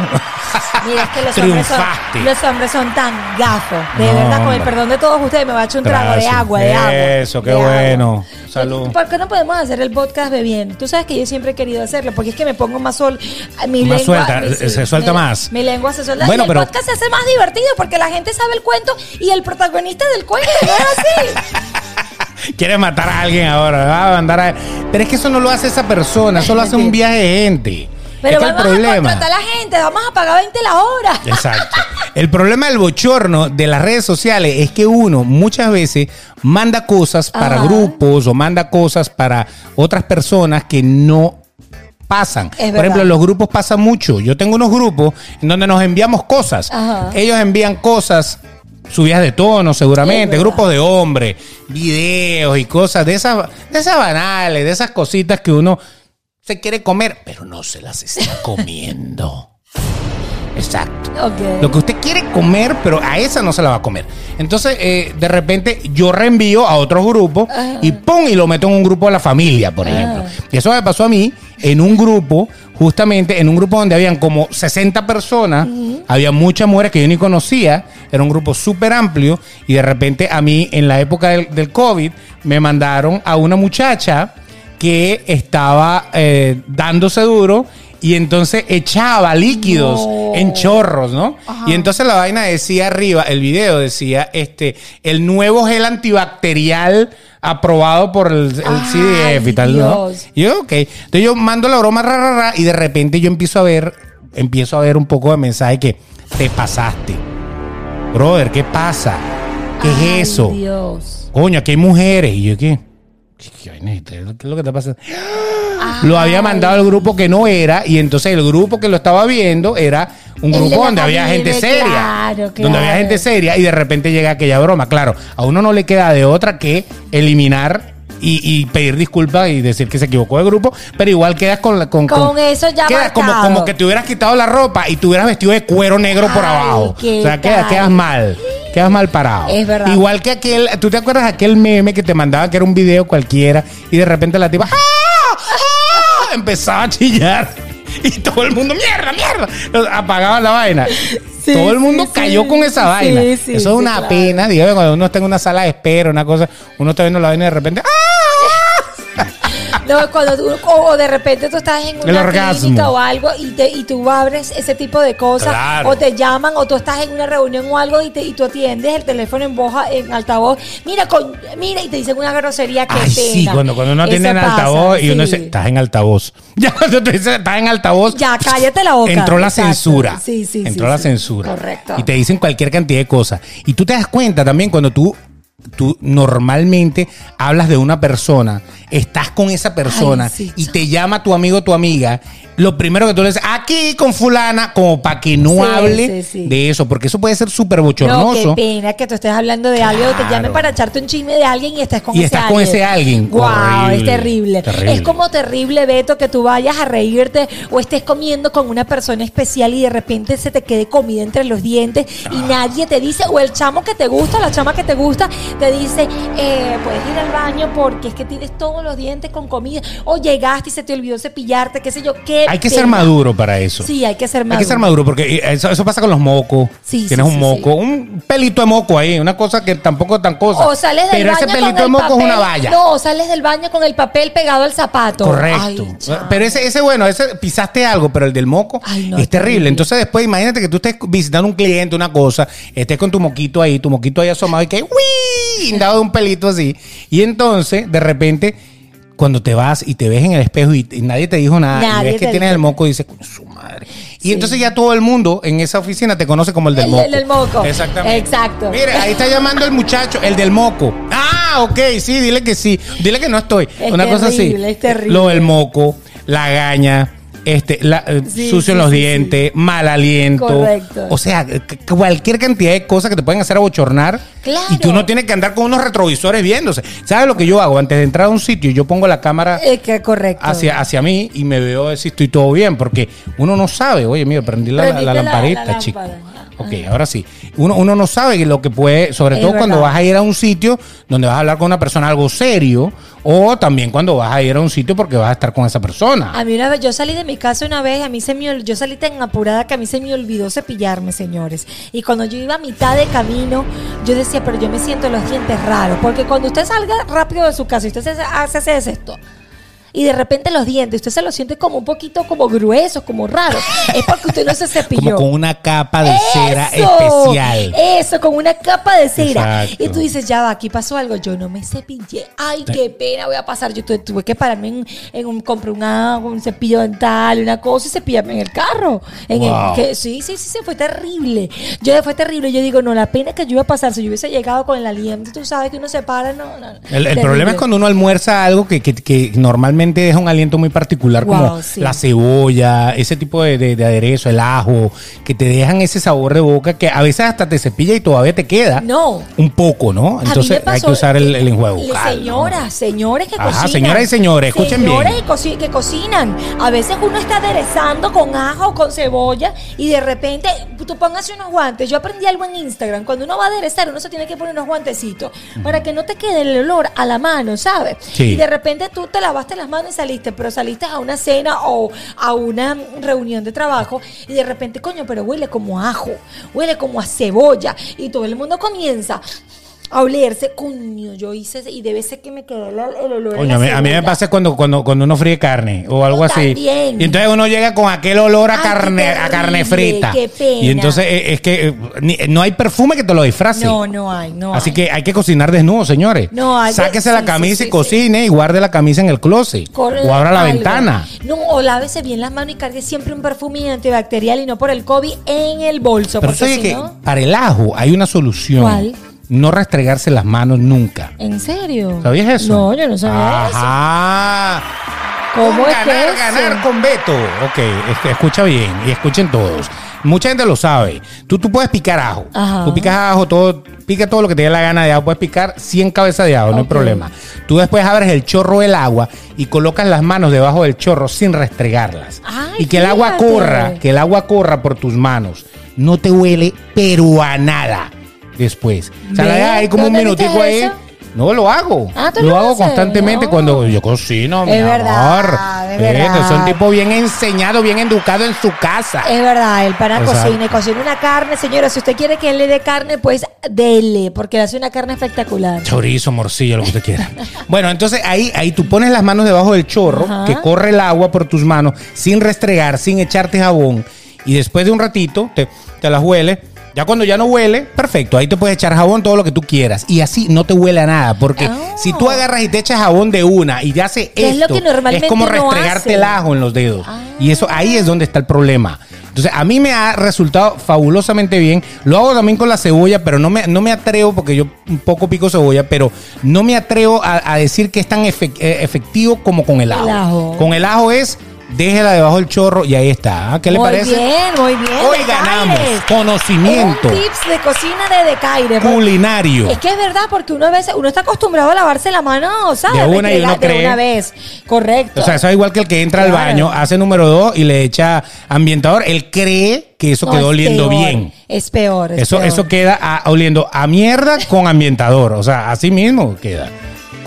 S2: Mira, es que los hombres,
S1: Triunfaste.
S2: son, los hombres son tan gafos. De
S1: No,
S2: verdad, con el
S1: hombre.
S2: perdón de todos ustedes, me va a echar un trago de
S1: Gracias.
S2: agua, de agua.
S1: Eso, qué
S2: de agua.
S1: bueno. Salud.
S2: ¿Por qué no podemos hacer el podcast bebiendo? Tú sabes que yo siempre he querido hacerlo, porque es que me pongo más sol. ah, Mi
S1: Más
S2: lengua,
S1: suelta, eh,
S2: mi-
S1: se
S2: sí,
S1: suelta
S2: mi-
S1: más.
S2: Mi lengua se suelta.
S1: Bueno,
S2: y el
S1: pero-
S2: podcast se hace más divertido porque la gente sabe el cuento y el protagonista del cuento, ¿no es así?
S1: Quiere matar a alguien ahora. Va a mandar a... Pero es que eso no lo hace esa persona. Eso lo hace un viaje de gente.
S2: Pero
S1: es que el
S2: vamos a
S1: problema.
S2: contratar a la gente, vamos a pagar 20 la hora.
S1: Exacto. El problema del bochorno de las redes sociales es que uno muchas veces manda cosas para
S2: Ajá.
S1: grupos o manda cosas para otras personas que no pasan.
S2: Es
S1: Por ejemplo,
S2: verdad.
S1: los grupos pasan mucho. Yo tengo unos grupos en donde nos enviamos cosas.
S2: Ajá.
S1: Ellos envían cosas subidas de tono seguramente,
S2: Es verdad.
S1: grupos de hombres, videos y cosas de esas de esas banales, de esas cositas que uno se quiere comer, pero no se las está comiendo. Exacto.
S2: Ok.
S1: Lo que usted quiere comer, pero a esa no se la va a comer. Entonces, eh, de repente, yo reenvío a otros grupos y ¡pum! y lo meto en un grupo de la familia, por ejemplo. Y eso me pasó a mí en un grupo, justamente en un grupo donde habían como 60 personas, había muchas mujeres que yo ni conocía, era un grupo súper amplio, y de repente a mí, en la época del, del COVID, me mandaron a una muchacha que estaba eh, dándose duro y entonces echaba líquidos
S2: No.
S1: en chorros, ¿no? Y entonces la vaina decía arriba, el video decía, este, el nuevo gel antibacterial aprobado por el, el
S2: Ay,
S1: CDF y tal, ¿no?
S2: Dios.
S1: Y yo, ok. Entonces yo mando la broma ra, ra, ra, y de repente yo empiezo a ver, empiezo a ver un poco de mensaje que te pasaste. Brother, ¿qué pasa? ¿Qué
S2: Ay,
S1: es eso?
S2: Dios.
S1: Coño, aquí hay mujeres. Y yo, ¿qué? ¿Qué, qué vaina es esta? ¿Qué es lo que está pasando? Lo había mandado al grupo que no era, y entonces el grupo que lo estaba viendo era un
S2: El de
S1: grupo
S2: la
S1: donde había
S2: familia,
S1: gente seria.
S2: claro,
S1: Donde
S2: claro.
S1: había gente seria y de repente llega aquella broma. Claro, a uno no le queda de otra que eliminar y, y pedir disculpas y decir que se equivocó el grupo, pero igual quedas con la- con,
S2: Con eso ya
S1: quedas como,
S2: marcado.
S1: como que te hubieras quitado la ropa y te hubieras vestido de cuero negro por
S2: Ay,
S1: abajo.
S2: ¿qué
S1: O sea, quedas,
S2: tal?
S1: quedas mal. Quedas mal parado.
S2: Es verdad.
S1: Igual Igual que aquel, ¿tú te acuerdas aquel meme que te mandaba que era un video cualquiera y de repente la tipa ¡Ah! ¡Ah! empezaba a chillar y todo el mundo mierda, mierda, apagaba la vaina.
S2: Sí,
S1: todo el
S2: sí,
S1: mundo
S2: sí.
S1: cayó con esa
S2: Sí,
S1: vaina.
S2: sí,
S1: Eso es
S2: sí,
S1: una
S2: claro.
S1: pena, dígame, cuando uno está en una sala de espera, una cosa, uno está viendo la vaina y de repente ¡Ah!
S2: No, cuando tú, o, o de repente tú estás en
S1: El
S2: una
S1: orgasmo.
S2: clínica o algo y, te, y tú abres ese tipo de cosas,
S1: Claro.
S2: o te llaman, o tú estás en una reunión o algo y, te, y tú atiendes el teléfono en boja, en altavoz, mira, con, mira, y te dicen una grosería que
S1: Ay, sí, cuando, cuando uno tiene en altavoz y uno dice, estás en altavoz. Ya cuando te dice, estás en altavoz.
S2: Ya, cállate la boca.
S1: Entró la
S2: Exacto.
S1: censura.
S2: Sí, sí,
S1: Entró
S2: sí,
S1: la
S2: sí.
S1: censura.
S2: Correcto.
S1: Y te dicen cualquier cantidad de cosas. Y tú te das cuenta también cuando tú, tú normalmente hablas de una persona, estás con esa persona
S2: sí,
S1: y te llama tu amigo o tu amiga lo primero que tú le dices, aquí con fulana, como para que no
S2: Sí,
S1: hable
S2: sí, sí.
S1: de eso, porque eso puede ser súper
S2: No,
S1: bochornoso.
S2: qué pena que tú estés hablando de algo, te llame
S1: Claro.
S2: para echarte un chisme de alguien y estás con
S1: Y
S2: ese
S1: estás
S2: alguien.
S1: con ese alguien.
S2: Wow,
S1: Horrible,
S2: es terrible.
S1: terrible.
S2: Es como terrible, Beto, que tú vayas a reírte o estés comiendo con una persona especial y de repente se te quede comida entre los dientes y
S1: Ah.
S2: nadie te dice, o el chamo que te gusta, la chama que te gusta, te dice, eh, puedes ir al baño porque es que tienes todos los dientes con comida. O llegaste y se te olvidó cepillarte, qué sé yo. Qué
S1: hay que ser
S2: pena.
S1: maduro para eso.
S2: Sí, hay que ser maduro.
S1: Hay que ser maduro, porque eh, eso, eso pasa con los mocos.
S2: Sí,
S1: Tienes
S2: sí,
S1: un
S2: sí,
S1: moco, un pelito de moco ahí, una cosa que tampoco es tan cosa.
S2: O sales del
S1: Pero ese
S2: baño
S1: pelito
S2: con
S1: de
S2: el
S1: moco
S2: papel,
S1: es una valla.
S2: No, o sales del baño con el papel pegado al zapato.
S1: Correcto. Eh,
S2: Ay, chao.
S1: pero ese, ese, bueno, ese pisaste algo, pero el del moco
S2: Ay, no,
S1: es
S2: es
S1: terrible.
S2: terrible.
S1: Entonces, después, imagínate que tú estés visitando un cliente, una cosa, estés con tu moquito ahí, tu moquito ahí asomado y que ¡uy! Dado de un pelito así. Y entonces, de repente, cuando te vas y te ves en el espejo y, y nadie te dijo nada, y
S2: Nadie
S1: ves que
S2: te
S1: tienes
S2: dijo
S1: el moco y dices, "Coño, su madre. Y entonces ya todo el mundo en esa oficina te conoce como el del
S2: El-
S1: moco.
S2: el del moco.
S1: Exactamente.
S2: Exacto.
S1: Mire, ahí está llamando el muchacho, el del moco. Ah, ok, sí, dile que sí. Dile que no estoy.
S2: Es
S1: una cosa así.
S2: terrible, es terrible.
S1: Lo el moco, la gaña, este, la, eh,
S2: Sí,
S1: sucio en
S2: sí,
S1: los
S2: sí,
S1: dientes, mal aliento.
S2: Correcto.
S1: O sea, c- c- cualquier cantidad de cosas que te pueden hacer abochornar.
S2: Claro.
S1: Y tú no tienes que andar con unos retrovisores viéndose. ¿Sabes lo que yo hago? Antes de entrar a un sitio, yo pongo la cámara
S2: Eh, que correcto.
S1: hacia, hacia mí y me veo si estoy todo bien, porque uno no sabe, oye, mira, prendí la, la,
S2: Prendiste la-
S1: lamparita,
S2: la
S1: chico.
S2: lámpara.
S1: Ok, ahora sí. Uno, uno no sabe lo que puede, sobre
S2: Es
S1: todo cuando
S2: verdad.
S1: vas a ir a un sitio donde vas a hablar con una persona algo serio, o también cuando vas a ir a un sitio porque vas a estar con esa persona.
S2: A mí una vez, yo salí de mi casa una vez, a mí se me, ol- yo salí tan apurada que a mí se me olvidó cepillarme, señores. Y cuando yo iba a mitad de camino, yo decía, pero yo me siento los dientes raros. Porque cuando usted salga rápido de su casa y usted se hace, se hace esto. Y de repente los dientes, usted se los siente como un poquito como gruesos, como raros. Es porque usted no se
S1: Como
S2: cepilló.
S1: con una capa de cera
S2: Eso,
S1: especial.
S2: Eso, con una capa de cera.
S1: Exacto.
S2: Y tú dices, ya va, aquí pasó algo. Yo no me cepillé. Ay, qué pena voy a pasar. Yo tu- tuve que pararme en, en un, compré un agua, un cepillo dental, una cosa y cepillarme en el carro. En el-
S1: Wow.
S2: que- sí, sí, sí, sí, fue terrible. Yo fue terrible. Yo digo, no, la pena que yo iba a pasar si yo hubiese llegado con el aliento, tú sabes que uno se para, no, no. no.
S1: El, el
S2: Terrible.
S1: problema es cuando uno almuerza algo que, que- que normalmente deja un aliento muy particular, como
S2: Wow, sí.
S1: la cebolla, ese tipo de, de- de aderezo, el ajo, que te dejan ese sabor de boca que a veces hasta te cepilla y todavía te queda.
S2: No.
S1: Un poco, ¿no?
S2: A mí
S1: Entonces
S2: me pasó
S1: hay que usar el, el enjuague
S2: Le-
S1: bucal, ¿no?
S2: Señoras, señores que
S1: Ajá,
S2: cocinan.
S1: señoras y señores, escuchen bien.
S2: Señores y coci- que cocinan. A veces uno está aderezando con ajo, con cebolla y de repente tú póngase unos guantes. Yo aprendí algo en Instagram. Cuando uno va a aderezar, uno se tiene que poner unos guantecitos para que no te quede el olor a la mano, ¿sabes?
S1: Sí.
S2: Y de repente tú te lavaste las manos y saliste, pero saliste a una cena o a una reunión de trabajo y de repente, coño, pero huele como a ajo, huele como a cebolla y todo el mundo comienza a olerse, coño, yo hice ese- y debe ser que me quedó el, ol- el olor.
S1: Coño, a mí, a mí me pasa cuando, cuando, cuando uno fríe carne o algo así.
S2: también.
S1: Y entonces uno llega con aquel olor a
S2: Ay, qué
S1: carne, a carne
S2: terrible,
S1: frita.
S2: qué pena.
S1: Y entonces eh, es que eh, ni- no hay perfume que te lo disfrace.
S2: No, no hay, no
S1: Así
S2: hay.
S1: que hay que cocinar desnudo, señores.
S2: No, hay-
S1: Sáquese la
S2: sí,
S1: camisa
S2: sí, sí,
S1: y cocine y guarde la camisa en el closet.
S2: Corre
S1: o abra la
S2: algo.
S1: ventana.
S2: No, o lávese bien las manos y cargue siempre un perfume antibacterial y no por el COVID en el bolso.
S1: Pero
S2: porque
S1: oye
S2: si
S1: que
S2: no-
S1: para el ajo hay una solución.
S2: ¿Cuál?
S1: No restregarse las manos nunca.
S2: ¿En serio?
S1: ¿Sabías eso?
S2: No, yo no sabía eso.
S1: Ajá.
S2: ¿Cómo
S1: Un
S2: es
S1: ganar,
S2: que es?
S1: ganar con Beto. Ok, es que escucha bien y escuchen todos. Mucha gente lo sabe. Tú, tú puedes picar ajo.
S2: Ajá.
S1: Tú picas ajo, todo, pica todo lo que te dé la gana de ajo. Puedes picar 100 cabezas de ajo, no hay
S2: Ok.
S1: problema. Tú después abres el chorro del agua y colocas las manos debajo del chorro sin restregarlas.
S2: Ay,
S1: y que el agua
S2: fíjate.
S1: corra, que el agua corra por tus manos. No te huele pero a nada después. O sea, la
S2: Ve,
S1: dejas ahí como un
S2: ¿dónde viste
S1: minutico ahí.
S2: eso?
S1: No lo hago.
S2: Ah, ¿tú
S1: lo,
S2: lo
S1: hago
S2: haces?
S1: constantemente
S2: No.
S1: cuando yo cocino,
S2: Es verdad, es verdad.
S1: son tipo bien enseñado, bien educado en su casa.
S2: Es verdad, el pana
S1: Exacto.
S2: cocina y cocina una carne. Señora, si usted quiere que él le dé carne, pues dele, porque le hace una carne espectacular.
S1: Chorizo, morcilla, lo que usted quiera. bueno, entonces ahí, ahí tú pones las manos debajo del chorro,
S2: Ajá.
S1: que corre el agua por tus manos, sin restregar, sin echarte jabón. Y después de un ratito, te, te las hueles. Ya cuando ya no huele, perfecto. Ahí te puedes echar jabón todo lo que tú quieras. Y así no te huele a nada. Porque
S2: Ah.
S1: si tú agarras y te echas jabón de una y ya hace
S2: Que
S1: esto,
S2: es lo que normalmente
S1: como
S2: uno
S1: restregarte
S2: hace.
S1: el ajo en los dedos. Y eso
S2: Ah.
S1: ahí es donde está el problema. Entonces, a mí me ha resultado fabulosamente bien. Lo hago también con la cebolla, pero no me, no me atrevo, porque yo un poco pico cebolla, pero no me atrevo a, a decir que es tan efec- eh, efectivo como con el ajo.
S2: El ajo.
S1: Con el ajo es déjela debajo del chorro y ahí está. ¿Ah? ¿Qué le
S2: muy
S1: parece?
S2: bien, muy bien.
S1: Hoy
S2: Decaires.
S1: ganamos conocimiento
S2: Un tips de cocina de Decaire.
S1: culinario.
S2: Es que es verdad, porque uno a veces, uno está acostumbrado a lavarse la mano, ¿sabes?
S1: De una y uno
S2: la- de
S1: cree.
S2: una vez. Correcto.
S1: O sea, eso es igual que el que entra
S2: Claro.
S1: al baño, hace número dos y le echa ambientador. Él cree que eso
S2: No,
S1: quedó
S2: es
S1: oliendo
S2: peor,
S1: bien.
S2: Es peor. es
S1: Eso,
S2: peor.
S1: eso queda a- oliendo a mierda con ambientador. O sea, así mismo queda.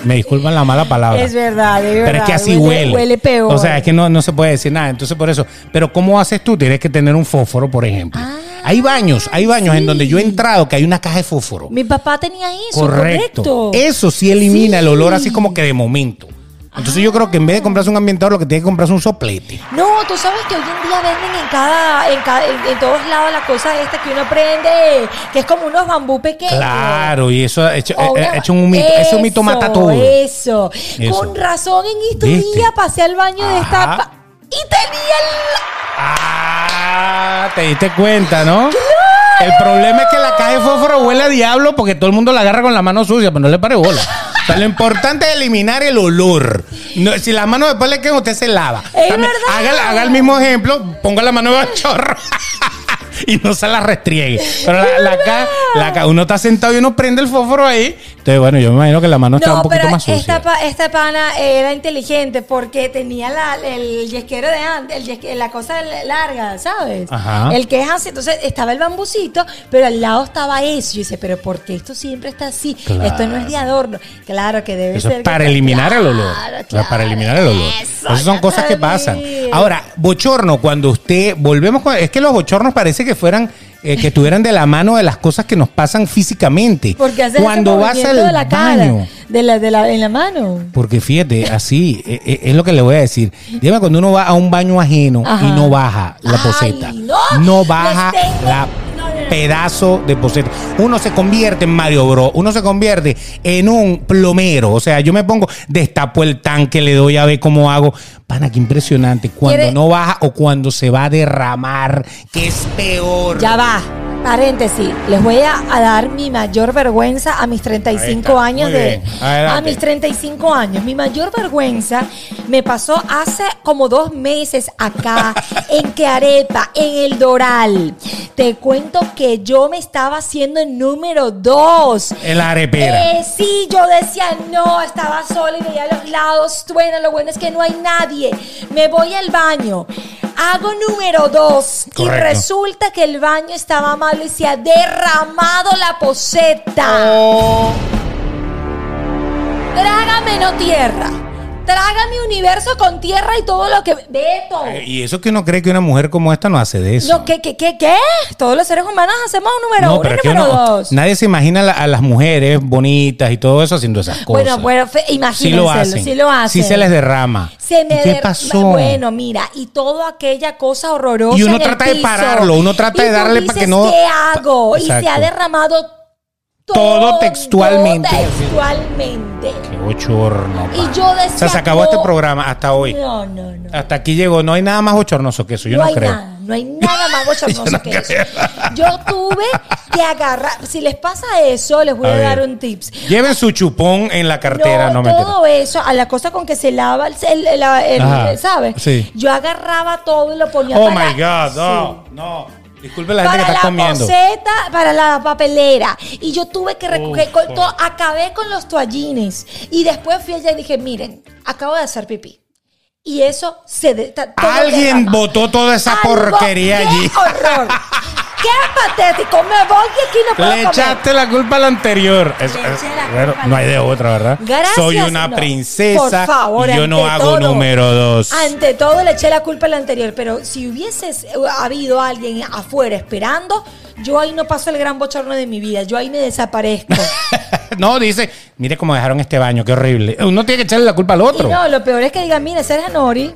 S1: Me disculpan la mala palabra.
S2: Es verdad, es verdad.
S1: Pero es que así huele.
S2: huele. Huele peor.
S1: O sea, es que no, no se puede decir nada. Entonces, por eso. Pero, ¿cómo haces tú? Tienes que tener un fósforo, por ejemplo.
S2: Ah,
S1: hay baños, hay baños en donde yo he
S2: sí.
S1: entrado que hay una caja de fósforo.
S2: Mi papá tenía eso,
S1: Correcto.
S2: correcto.
S1: Eso sí elimina el olor
S2: Sí.
S1: así como que de momento. Entonces yo creo que en vez de comprarse un ambientador, lo que tiene que comprarse es un soplete.
S2: No, tú sabes que hoy en día venden en cada, en cada- en, en todos lados la cosa esta que uno aprende, que es como unos bambú pequeños.
S1: Claro, y eso ha hecho,
S2: O
S1: eh,
S2: una-
S1: ha hecho un mito.
S2: Eso,
S1: Ese mito mata todo.
S2: Eso.
S1: Eso.
S2: Con razón, en estos
S1: ¿Viste? Ah.
S2: días pasé al baño de esta
S1: Ajá.
S2: pa- y tenía el.
S1: Ah, te diste cuenta, ¿no? El problema es que la caja de fósforo huele a diablo porque todo el mundo la agarra con la mano sucia, pero no le pare bola. O sea, lo importante es eliminar el olor. No, si la mano después le queda, usted se lava.
S2: Es verdad.
S1: haga, haga el mismo ejemplo, ponga la mano en el chorro. Y no se la restriegue. Pero la, la caja, la caja- uno está sentado y uno prende el fósforo ahí. Entonces, bueno, yo me imagino que la mano está un poquito más sucia.
S2: esta, pa- esta pana era inteligente porque tenía la, el yesquero de antes, el yesque- la cosa larga, ¿sabes?
S1: Ajá.
S2: El que es así. Entonces estaba el bambucito, pero al lado estaba eso. Yo dice, pero ¿por qué esto siempre está así?
S1: Claro.
S2: Esto no es de adorno. Claro que debe
S1: Eso
S2: ser.
S1: es
S2: que-
S1: para eliminar el olor.
S2: Claro,
S1: O sea, para
S2: claro.
S1: eliminar el olor.
S2: Eso,
S1: Esas son
S2: ya
S1: cosas que
S2: sabía.
S1: pasan. Ahora, bochorno, cuando usted. Volvemos con. Es que los bochornos parece que fueran. eh, que estuvieran de la mano de las cosas que nos pasan físicamente.
S2: Porque haces
S1: cuando
S2: ese
S1: vas al
S2: movimiento de la cara,
S1: baño.
S2: de la, de la, en la mano.
S1: Porque fíjate, así eh, eh, es lo que le voy a decir. Dígame cuando uno va a un baño ajeno
S2: Ajá.
S1: y no baja la
S2: Ay,
S1: poseta.
S2: no,
S1: baja
S2: les tengo-
S1: la
S2: no, no, no.
S1: pedazo de poseta. Uno se convierte en Mario Bro, uno se convierte en un plomero. O sea, yo me pongo, destapo el tanque, le doy a ver cómo hago. Pana, qué impresionante. Cuando
S2: ¿Quiere-
S1: no baja o cuando se va a derramar, que es peor.
S2: Ya va. Paréntesis, les voy a, a dar mi mayor vergüenza a mis
S1: Ahí está,
S2: 35
S1: muy
S2: años de
S1: bien, adelante.
S2: a mis 35 años. Mi mayor vergüenza me pasó hace como dos meses acá en Arepa, en el Doral. Te cuento que yo me estaba haciendo el número 2.
S1: En la arepera.
S2: Eh, sí, yo decía, no, estaba sola y veía a los lados. Bueno, lo bueno es que no hay nadie. Me voy al baño. Hago número dos y
S1: Correcto.
S2: resulta que el baño estaba malo y se ha derramado la poseta.
S1: Oh.
S2: Trágame no tierra. Trágame universo con tierra y todo lo que... Beto.
S1: Y eso que uno cree que una mujer como esta no hace de eso.
S2: No, ¿qué, qué, qué, qué? Todos los seres humanos hacemos un número uno
S1: es
S2: y
S1: que
S2: número
S1: uno-
S2: dos.
S1: Nadie se imagina la- a las mujeres bonitas y todo eso haciendo esas cosas.
S2: Bueno, bueno, fe-
S1: sí
S2: imagínenselo,
S1: lo hacen.
S2: sí lo hacen.
S1: Sí se les derrama.
S2: Se me
S1: ¿Y ¿Qué
S2: der-
S1: pasó?
S2: Bueno, mira, y toda aquella cosa horrorosa.
S1: Y uno
S2: en el
S1: trata de
S2: piso.
S1: pararlo, uno trata
S2: Y
S1: de
S2: tú
S1: darle pa'
S2: dices,
S1: que no-
S2: ¿Qué hago? Y se
S1: Exacto.
S2: ha derramado
S1: Todo textualmente.
S2: textualmente.
S1: Qué bochorno.
S2: Y
S1: pana.
S2: yo
S1: o sea,
S2: decía,
S1: se acabó
S2: no.
S1: este programa hasta hoy.
S2: No, no, no.
S1: Hasta aquí llegó. No hay nada más bochornoso que eso. Yo
S2: no
S1: no,
S2: hay
S1: creo.
S2: nada, no hay nada más bochornoso
S1: Yo no
S2: que
S1: creo.
S2: eso. Yo tuve que agarrar. Si les pasa eso, les voy
S1: A
S2: a,
S1: ver.
S2: dar un tips.
S1: Lleven su chupón en la cartera, no, me
S2: todo eso, a la cosa con que se lava el, el- el- el-
S1: Ajá,
S2: ¿sabes?
S1: sí.
S2: Yo agarraba todo y lo ponía
S1: Oh
S2: para-
S1: my God,
S2: Sí.
S1: no, no. Disculpe la gente
S2: para
S1: que
S2: la
S1: está comiendo.
S2: poseta, para la papelera. Y yo tuve que recoger,
S1: oh.
S2: con todo, acabé con los toallines. Y después fui allá y dije, miren, acabo de hacer pipí. Y eso se... de- ta- todo
S1: Alguien
S2: derrama.
S1: botó toda esa
S2: Algo-
S1: porquería
S2: ¡Qué
S1: allí.
S2: horror! ¡Qué patético! Me voy y aquí no puedo
S1: Le
S2: comer.
S1: echaste la culpa al anterior. Es-
S2: Le
S1: es-
S2: eché la
S1: bueno,
S2: culpa
S1: no
S2: al
S1: hay de
S2: anterior.
S1: otra, ¿verdad?
S2: Gracias,
S1: Soy una
S2: no.
S1: princesa.
S2: Por favor,
S1: y yo no
S2: ante
S1: hago
S2: todo.
S1: número dos.
S2: Ante todo le eché la culpa al anterior, pero si hubiese eh, habido alguien afuera esperando, yo ahí no paso el gran bochorno de mi vida, yo ahí me desaparezco.
S1: no, dice, mire cómo dejaron este baño, qué horrible. Uno tiene que echarle la culpa al
S2: y
S1: otro.
S2: no, lo peor es que digan, mira, Sergio Nori.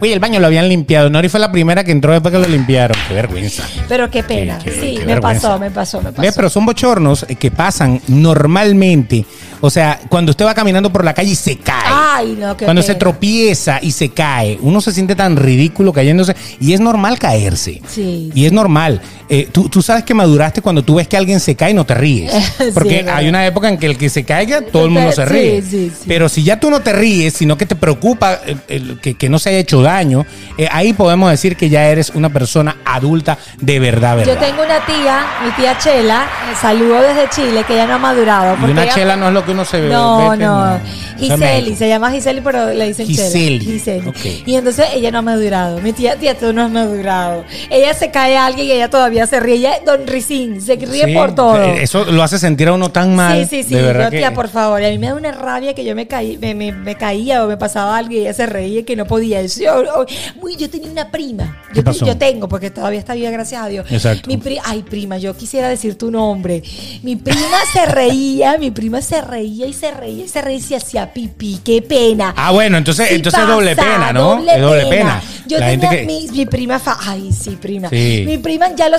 S1: Oye, el baño lo habían limpiado. Nori fue la primera que entró después que lo limpiaron. Qué vergüenza.
S2: pero qué pena.
S1: Qué- qué-
S2: sí,
S1: qué
S2: me
S1: vergüenza.
S2: pasó, me pasó, me pasó.
S1: ¿Ves? Pero son bochornos eh, que pasan normalmente O sea, cuando usted va caminando por la calle y se cae.
S2: Ay, no, qué
S1: Cuando se
S2: pena.
S1: tropieza y se cae, uno se siente tan ridículo cayéndose y es normal caerse.
S2: Sí,
S1: Y es normal. Eh, tú, tú sabes que maduraste cuando tú ves que alguien se cae y no te ríes.
S2: Sí,
S1: Porque
S2: es verdad.
S1: hay una época en que el que se caiga, todo el mundo se
S2: Sí,
S1: ríe.
S2: sí, sí.
S1: Pero si ya tú no te ríes, sino que te preocupa eh, el que, que no se haya hecho daño, eh, ahí podemos decir que ya eres una persona adulta de verdad,
S2: Yo
S1: ¿verdad?
S2: tengo una tía, mi tía Chela, eh, saludo desde Chile, que ella no ha madurado.
S1: y
S2: porque
S1: una
S2: ella-
S1: chela no es lo que uno se ve.
S2: No,
S1: vete,
S2: no.
S1: Eso es
S2: Giseli,
S1: México.
S2: se llama Giseli, pero le dicen Chela.
S1: Giseli,
S2: Giseli.
S1: ok.
S2: Y entonces ella no ha madurado. Mi tía, tía, tú no has madurado. Ella se cae a alguien y ella todavía se ríe. Ella, don Ricín, se ríe
S1: Sí,
S2: por todo.
S1: eh, Eso lo hace sentir a uno tan mal.
S2: Sí, sí, sí,
S1: de verdad
S2: pero tía,
S1: que-
S2: por favor, y a mí me da una rabia que yo me, caí, me, me- me caía o me pasaba algo y ella se reía que no podía. Yo, yo, uy, yo tenía una prima,
S1: ¿Qué
S2: yo, te-
S1: pasó?
S2: yo tengo, porque todavía está viva, gracias a Dios.
S1: Exacto.
S2: Mi pri- Ay, prima, yo quisiera decir tu nombre. Mi prima se reía, mi prima se reía y se reía y se reía y se hacía pipí, qué pena.
S1: Ah, bueno, entonces,
S2: Sí
S1: entonces
S2: pasa,
S1: doble pena, ¿no?
S2: Doble,
S1: es doble
S2: pena.
S1: pena.
S2: Yo
S1: La gente
S2: tenía
S1: que-
S2: mi, mi prima. fa- Ay, sí, prima.
S1: Sí.
S2: Mi prima ya lo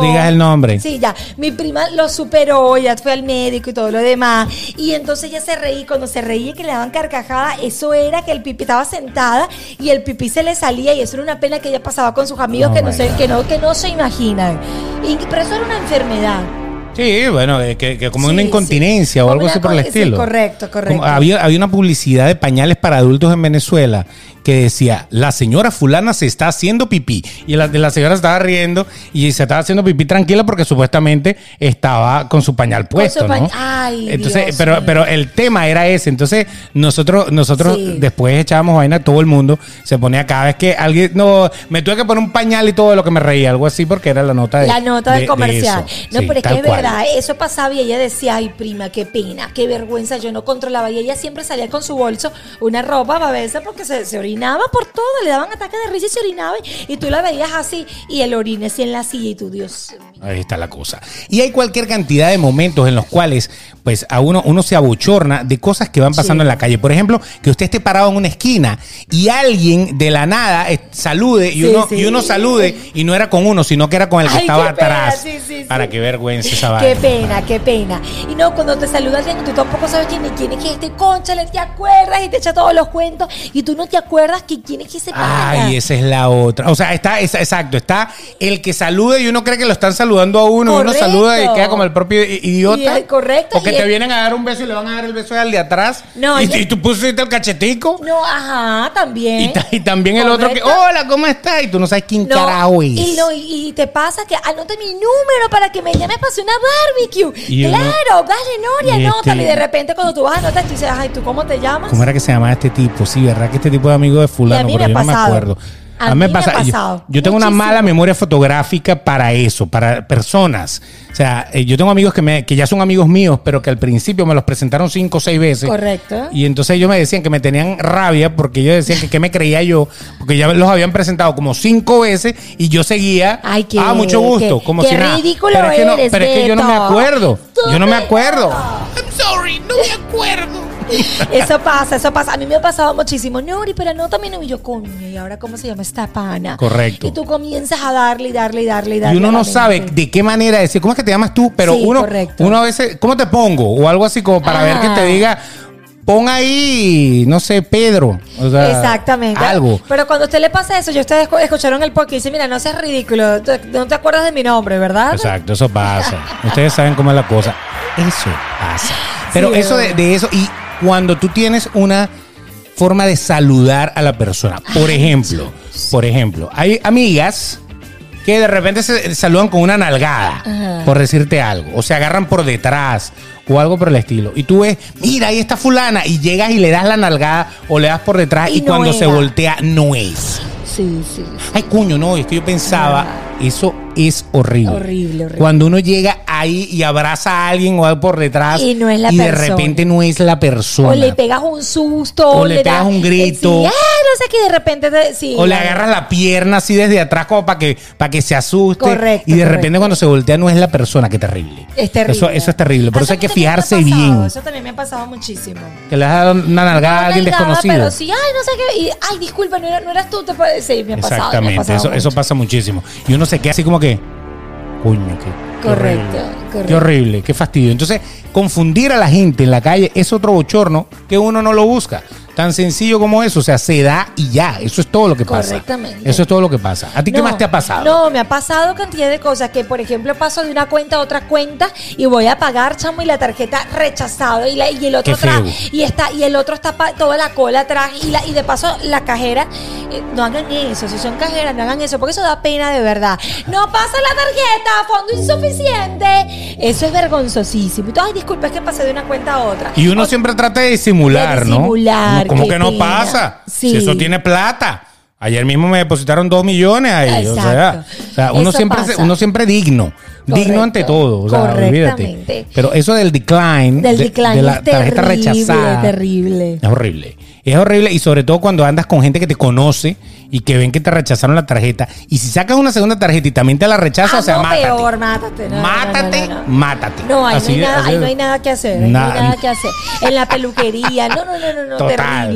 S1: No digas el nombre.
S2: Sí, ya. Mi prima lo superó, ya fue al médico y todo lo demás. Y entonces ya se reía. y Cuando se reía que le daban carcajada, eso era que el pipí estaba sentada y el pipí se le salía. Y eso era una pena que ella pasaba con sus amigos
S1: Oh
S2: que, no
S1: my
S2: se,
S1: God.
S2: que, no, que no se imaginan. Y, pero eso era una enfermedad.
S1: Sí, bueno, eh, que, que como
S2: Sí,
S1: una
S2: sí.
S1: incontinencia o
S2: Como
S1: algo
S2: una
S1: así por el
S2: co- sí,
S1: estilo.
S2: correcto, correcto.
S1: Como había, había una publicidad de pañales para adultos en Venezuela que decía, la señora fulana se está haciendo pipí. Y la, la señora estaba riendo y se estaba haciendo pipí tranquila porque supuestamente estaba con su pañal puesto,
S2: pañ-
S1: ¿no?
S2: Ay,
S1: Entonces,
S2: Dios
S1: pero,
S2: mío.
S1: pero el tema era ese. Entonces, nosotros, nosotros
S2: Sí.
S1: después echábamos vaina, todo el mundo se ponía cada vez que alguien, no, me tuve que poner un pañal y todo de lo que me reía, algo así, porque era la nota de
S2: La nota
S1: de-
S2: del
S1: de
S2: comercial.
S1: eso.
S2: no,
S1: Sí,
S2: pero es que
S1: tal
S2: es
S1: cual.
S2: verdad, eso pasaba y ella decía, ay, prima, qué pena, qué vergüenza, yo no controlaba. Y ella siempre salía con su bolso, una ropa babesa, porque se, se orinaba por todo, le daban ataques de risa y se orinaba. Y tú la veías así, y el orine así en la silla, y tú, Dios mío.
S1: Ahí está la cosa. Y hay cualquier cantidad de momentos en los cuales, pues, a uno, uno se abochorna de cosas que van pasando
S2: Sí.
S1: en la calle. Por ejemplo, que usted esté parado en una esquina y alguien de la nada eh, salude y,
S2: Sí,
S1: uno,
S2: sí.
S1: y uno salude y no era con uno, sino que era con el que
S2: Ay,
S1: estaba
S2: qué pena,
S1: atrás.
S2: sí, sí, sí.
S1: Para qué vergüenza esa
S2: Qué
S1: vaina.
S2: pena, qué pena. Y no, cuando te saluda alguien, tú tampoco sabes quién es, quién es que este concha, le te acuerdas y te echa todos los cuentos, y tú no te acuerdas que quién es que se
S1: Ay, esa es la otra. O sea, está, es- exacto, está el que saluda y uno cree que lo están saludando a uno.
S2: Correcto.
S1: Uno saluda y queda como el propio i- idiota.
S2: Y es correcto,
S1: O que
S2: y
S1: te
S2: es-
S1: vienen a dar un beso y le van a dar el beso al de atrás.
S2: No,
S1: y,
S2: y-
S1: y tú pusiste el cachetico.
S2: No, ajá, también.
S1: Y, ta- y también el otro que, ¡Oh,
S2: Correcto.
S1: hola, ¿cómo estás? Y tú no sabes quién
S2: No,
S1: carajo es.
S2: y, no, y- y te pasa que anota mi número para que me llames para hacer una barbecue.
S1: Y uno-
S2: claro, dale, Noria,
S1: y
S2: anótalo.
S1: este-
S2: Y de repente cuando tú vas a anotar, tú dices, ay, ¿tú cómo te llamas?
S1: ¿Cómo era que se llamaba este tipo? Sí, ¿verdad que este tipo de amigo de fulano?
S2: Y a mí
S1: pero
S2: me
S1: yo
S2: ha
S1: no me
S2: pasado.
S1: acuerdo.
S2: A
S1: mí
S2: mí me ha
S1: pasa- yo-
S2: pasado.
S1: Yo, tengo una
S2: Muchísimo.
S1: mala memoria fotográfica para eso, para personas. O sea, eh, yo tengo amigos que, me, que ya son amigos míos, pero que al principio me los presentaron cinco o seis veces.
S2: Correcto.
S1: Y entonces ellos me decían que me tenían rabia porque ellos decían que qué me creía yo, porque ya los habían presentado como cinco veces y yo seguía.
S2: Ay, qué-
S1: ah, mucho gusto.
S2: qué-
S1: como
S2: qué
S1: si nada.
S2: ridículo
S1: pero es que no-
S2: eres,
S1: pero es que yo no me
S2: Beto.
S1: acuerdo.
S2: Tú
S1: Yo no me
S2: no.
S1: acuerdo.
S3: I'm sorry, no me acuerdo.
S2: Eso pasa, eso pasa. A mí me ha pasado muchísimo. Nori, pero anota mi número. Y yo, coño, ¿y ahora cómo se llama esta pana?
S1: Correcto.
S2: Y tú comienzas a darle y darle y darle y darle.
S1: Y uno
S2: a la
S1: no sabe
S2: mente.
S1: de qué manera decir, ¿cómo es que te llamas tú? Pero
S2: Sí,
S1: uno,
S2: correcto.
S1: uno a veces, ¿cómo te pongo? O algo así como para
S2: Ah.
S1: ver que te diga, pon ahí, no sé, Pedro. O sea,
S2: Exactamente.
S1: Algo.
S2: Pero cuando a usted le pasa eso, yo ustedes escu- escucharon el podcast y dice, mira, no seas ridículo, tú- no te acuerdas de mi nombre, ¿verdad?
S1: Exacto, eso pasa. Ustedes saben cómo es la cosa. Eso pasa. Pero
S2: Sí,
S1: eso de,
S2: ¿verdad?
S1: de eso, y cuando tú tienes una forma de saludar a la persona, por ejemplo, por ejemplo, hay amigas que de repente se saludan con una nalgada,
S2: Ajá.
S1: por decirte algo, o se agarran por detrás o algo por el estilo. Y tú ves, mira, ahí está fulana, y llegas y le das la nalgada o le das por detrás y,
S2: Y no
S1: cuando se
S2: era.
S1: voltea no es.
S2: Sí, sí.
S1: Ay, cuño, no, es que yo pensaba, eso es horrible.
S2: Horrible, horrible.
S1: Cuando uno llega ahí y abraza a alguien o algo por detrás
S2: Y no es la
S1: y de
S2: persona.
S1: repente no es la persona.
S2: O le pegas un susto.
S1: O le
S2: das-
S1: pegas un grito.
S2: Sí, ah, no sé qué, de repente. te- sí,
S1: O le agarras la pierna así desde atrás como para que, para que se asuste.
S2: Correcto,
S1: Y de
S2: correcto.
S1: repente cuando se voltea no es la persona, qué terrible.
S2: Es terrible.
S1: Eso, eso es terrible. Por eso hay que
S2: también me ha
S1: fijarse
S2: pasado,
S1: bien.
S2: Eso también me ha pasado muchísimo.
S1: Que le has dado una nalgada a alguien
S2: Una delgada,
S1: desconocido.
S2: Pero sí, ay, no sé qué. y, ay, disculpa, no, era- no eras tú. Te, puede- sí, me ha pasado. me ha
S1: Exactamente,
S2: pasado
S1: eso, eso
S2: mucho.
S1: pasa muchísimo. Y uno se queda así como que, coño, qué
S2: Correcto,
S1: Qué
S2: correcto.
S1: horrible, qué fastidio. Entonces, confundir a la gente en la calle es otro bochorno que uno no lo busca. Tan sencillo como eso, o sea, se da y ya. Eso es todo lo que pasa.
S2: Correctamente.
S1: Eso es todo lo que pasa. ¿A ti qué
S2: No,
S1: más te ha pasado?
S2: No, me ha pasado cantidad de cosas que, por ejemplo, paso de una cuenta a otra cuenta y voy a pagar, chamo, y la tarjeta rechazado y, la- y el otro
S1: Qué feo.
S2: atrás y está y el otro está pa- toda la cola atrás y la y de paso la cajera eh, no hagan eso, si son cajeras no hagan eso porque eso da pena de verdad. No pasa la tarjeta, fondo insuficiente. Eso es vergonzosísimo. Y tú, ay, disculpa, es que pasé de una cuenta a otra.
S1: Y uno
S2: O-
S1: siempre trata de disimular,
S2: de
S1: ¿no?
S2: disimular,
S1: No, Como
S2: qué
S1: que no
S2: pena.
S1: pasa.
S2: Sí.
S1: Si eso tiene plata. Ayer mismo me depositaron dos millones ahí. O sea,
S2: Exacto.
S1: o sea, uno,
S2: Eso
S1: siempre, se-
S2: pasa.
S1: uno siempre digno. digno
S2: Correcto.
S1: ante todo. O sea, olvídate.
S2: Correctamente.
S1: Pero eso del decline,
S2: del
S1: de-
S2: decline
S1: de, la
S2: es terrible,
S1: tarjeta rechazada.
S2: terrible.
S1: Es horrible. Es horrible y sobre todo cuando andas con gente que te conoce y que ven que te rechazaron la tarjeta. Y si sacas una segunda tarjeta y también te la rechazan,
S2: Ah,
S1: o sea,
S2: no,
S1: mátate.
S2: peor, mátate. No, no, no,
S1: mátate,
S2: no, no, no.
S1: mátate.
S2: No, ahí,
S1: Así
S2: no, hay
S1: de-
S2: nada,
S1: así
S2: ahí
S1: de-
S2: no hay nada que hacer. ahí
S1: Nada.
S2: no hay nada que hacer. En la peluquería. No, no, no, no, no,
S1: Total.
S2: terrible,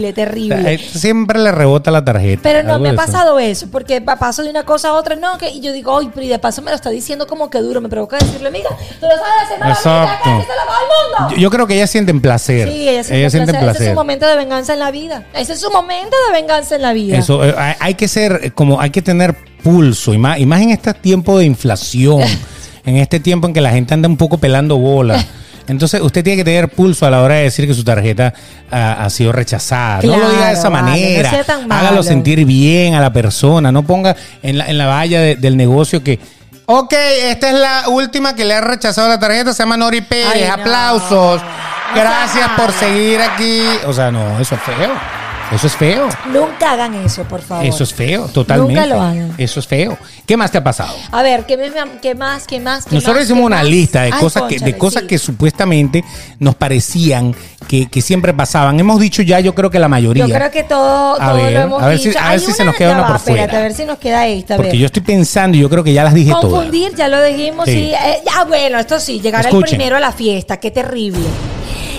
S1: O sea, eh,
S2: terrible.
S1: Siempre le rebota la tarjeta.
S2: Pero no
S1: Algo
S2: me ha
S1: de eso.
S2: pasado eso, porque pa- paso de una cosa a otra, no, que y yo digo, ay, pero y de paso me lo está diciendo como que duro, me provoca decirle, amiga, tú lo sabes hacer mal, amiga,
S1: Exacto.
S2: que se lo va al
S1: Yo,
S2: mundo.
S1: yo creo que ellas sienten placer.
S2: sí, ella siente, placer. Ese es su momento de venganza en la vida. Ese es su momento de venganza en la vida.
S1: Eso, eh, hay, hay que ser, eh, como hay que tener pulso, y más, y más en este tiempo de inflación, en este tiempo en que la gente anda un poco pelando bola. Entonces usted tiene que tener pulso a la hora de decir que su tarjeta ah, ha sido rechazada. no lo diga de
S2: Claro,
S1: esa
S2: vale, no
S1: manera.
S2: sea tan malo.
S1: Hágalo sentir bien a la persona. No ponga en la, en la valla de- del negocio que... Ok, esta es la última que le ha rechazado la tarjeta. Se llama Nori Pérez.
S2: Ay, no.
S1: Aplausos.
S2: No sea
S1: Gracias por
S2: malo.
S1: seguir aquí. O sea, no, eso es feo. Eso es feo.
S2: Nunca hagan eso, por favor.
S1: Eso es feo, totalmente.
S2: Nunca lo hagan.
S1: Eso es feo. ¿Qué más te ha pasado?
S2: A ver, ¿qué, me- qué más? ¿Qué más? qué
S1: Nosotros
S2: más,
S1: hicimos
S2: qué
S1: una
S2: más?
S1: lista de
S2: Ay,
S1: cosas que, de
S2: cónchale,
S1: cosas
S2: sí.
S1: que supuestamente nos parecían que, que siempre pasaban. Hemos dicho ya, yo creo que la mayoría.
S2: Yo creo que todo,
S1: A
S2: todo
S1: ver,
S2: lo hemos
S1: a ver si-
S2: dicho.
S1: a ver
S2: Hay
S1: si se nos queda
S2: ya
S1: una
S2: va,
S1: por fuera.
S2: Espérate, a ver si nos queda esta. A ver.
S1: Porque yo estoy pensando y yo creo que ya las dije todas.
S2: Confundir, ya lo dijimos.
S1: Sí.
S2: Sí. Eh, ah, bueno, esto sí, llegar el
S1: Escuchen.
S2: primero a la fiesta, qué terrible.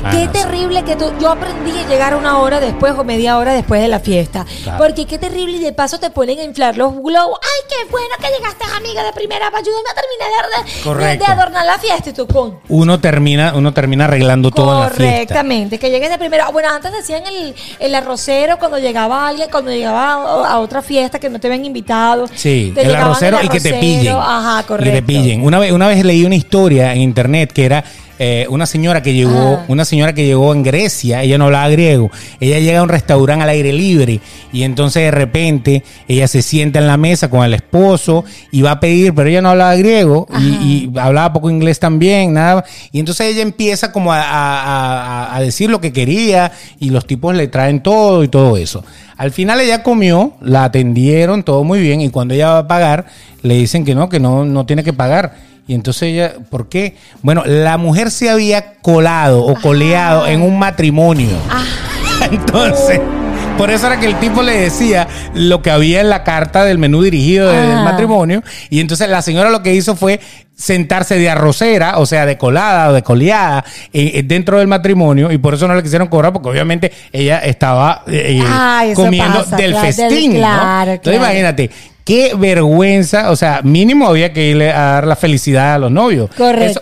S1: Ah,
S2: qué
S1: no, sí.
S2: terrible que tú. Yo aprendí a llegar una hora después o media hora después de la fiesta.
S1: Claro.
S2: Porque qué terrible y de paso te ponen a inflar los globos. ¡Ay, qué bueno que llegaste, amiga de primera! Ayúdame a terminar de- de, de,
S1: Correcto.
S2: adornar la fiesta y tú con.
S1: Uno termina, uno termina arreglando todo en la fiesta.
S2: Correctamente, que llegues de primero. Ah, Bueno, antes decían el, el arrocero cuando llegaba alguien, cuando llegaba a, a otra fiesta que no te habían invitado.
S1: Sí,
S2: Te
S1: el
S2: llegaban
S1: arrocero y que te
S2: arrocero.
S1: pillen.
S2: Ajá, correcto.
S1: Y que te pillen. Una vez, una vez leí una historia en internet que era eh, una señora que llegó,
S2: Ah.
S1: una señora que llegó en Grecia, ella no hablaba griego. Ella llega a un restaurante al aire libre y entonces de repente ella se sienta en la mesa con el esposo y va a pedir, pero ella no hablaba griego y, y hablaba poco inglés también, nada. Y entonces ella empieza como a, a- a- a decir lo que quería y los tipos le traen todo y todo eso. Al final ella comió, la atendieron, todo muy bien, y cuando ella va a pagar, le dicen que no, que no, no tiene que pagar. Y entonces ella, ¿por qué? Bueno, la mujer se había colado o coleado en un matrimonio.
S2: Ah.
S1: Entonces, por eso era que el tipo le decía lo que había en la carta del menú dirigido de- del
S2: Ah.
S1: matrimonio. Y entonces la señora lo que hizo fue sentarse de arrocera, o sea, de colada o de coleada eh, eh, dentro del matrimonio. Y por eso no le quisieron cobrar, porque obviamente ella estaba eh,
S2: Ay, Ah, eso
S1: comiendo
S2: pasa,
S1: del
S2: claro, del-
S1: festín. ¿no?
S2: claro,
S1: Entonces,
S2: claro.
S1: imagínate. Qué vergüenza, o sea, mínimo había que irle a dar la felicidad a los novios.
S2: Correcto.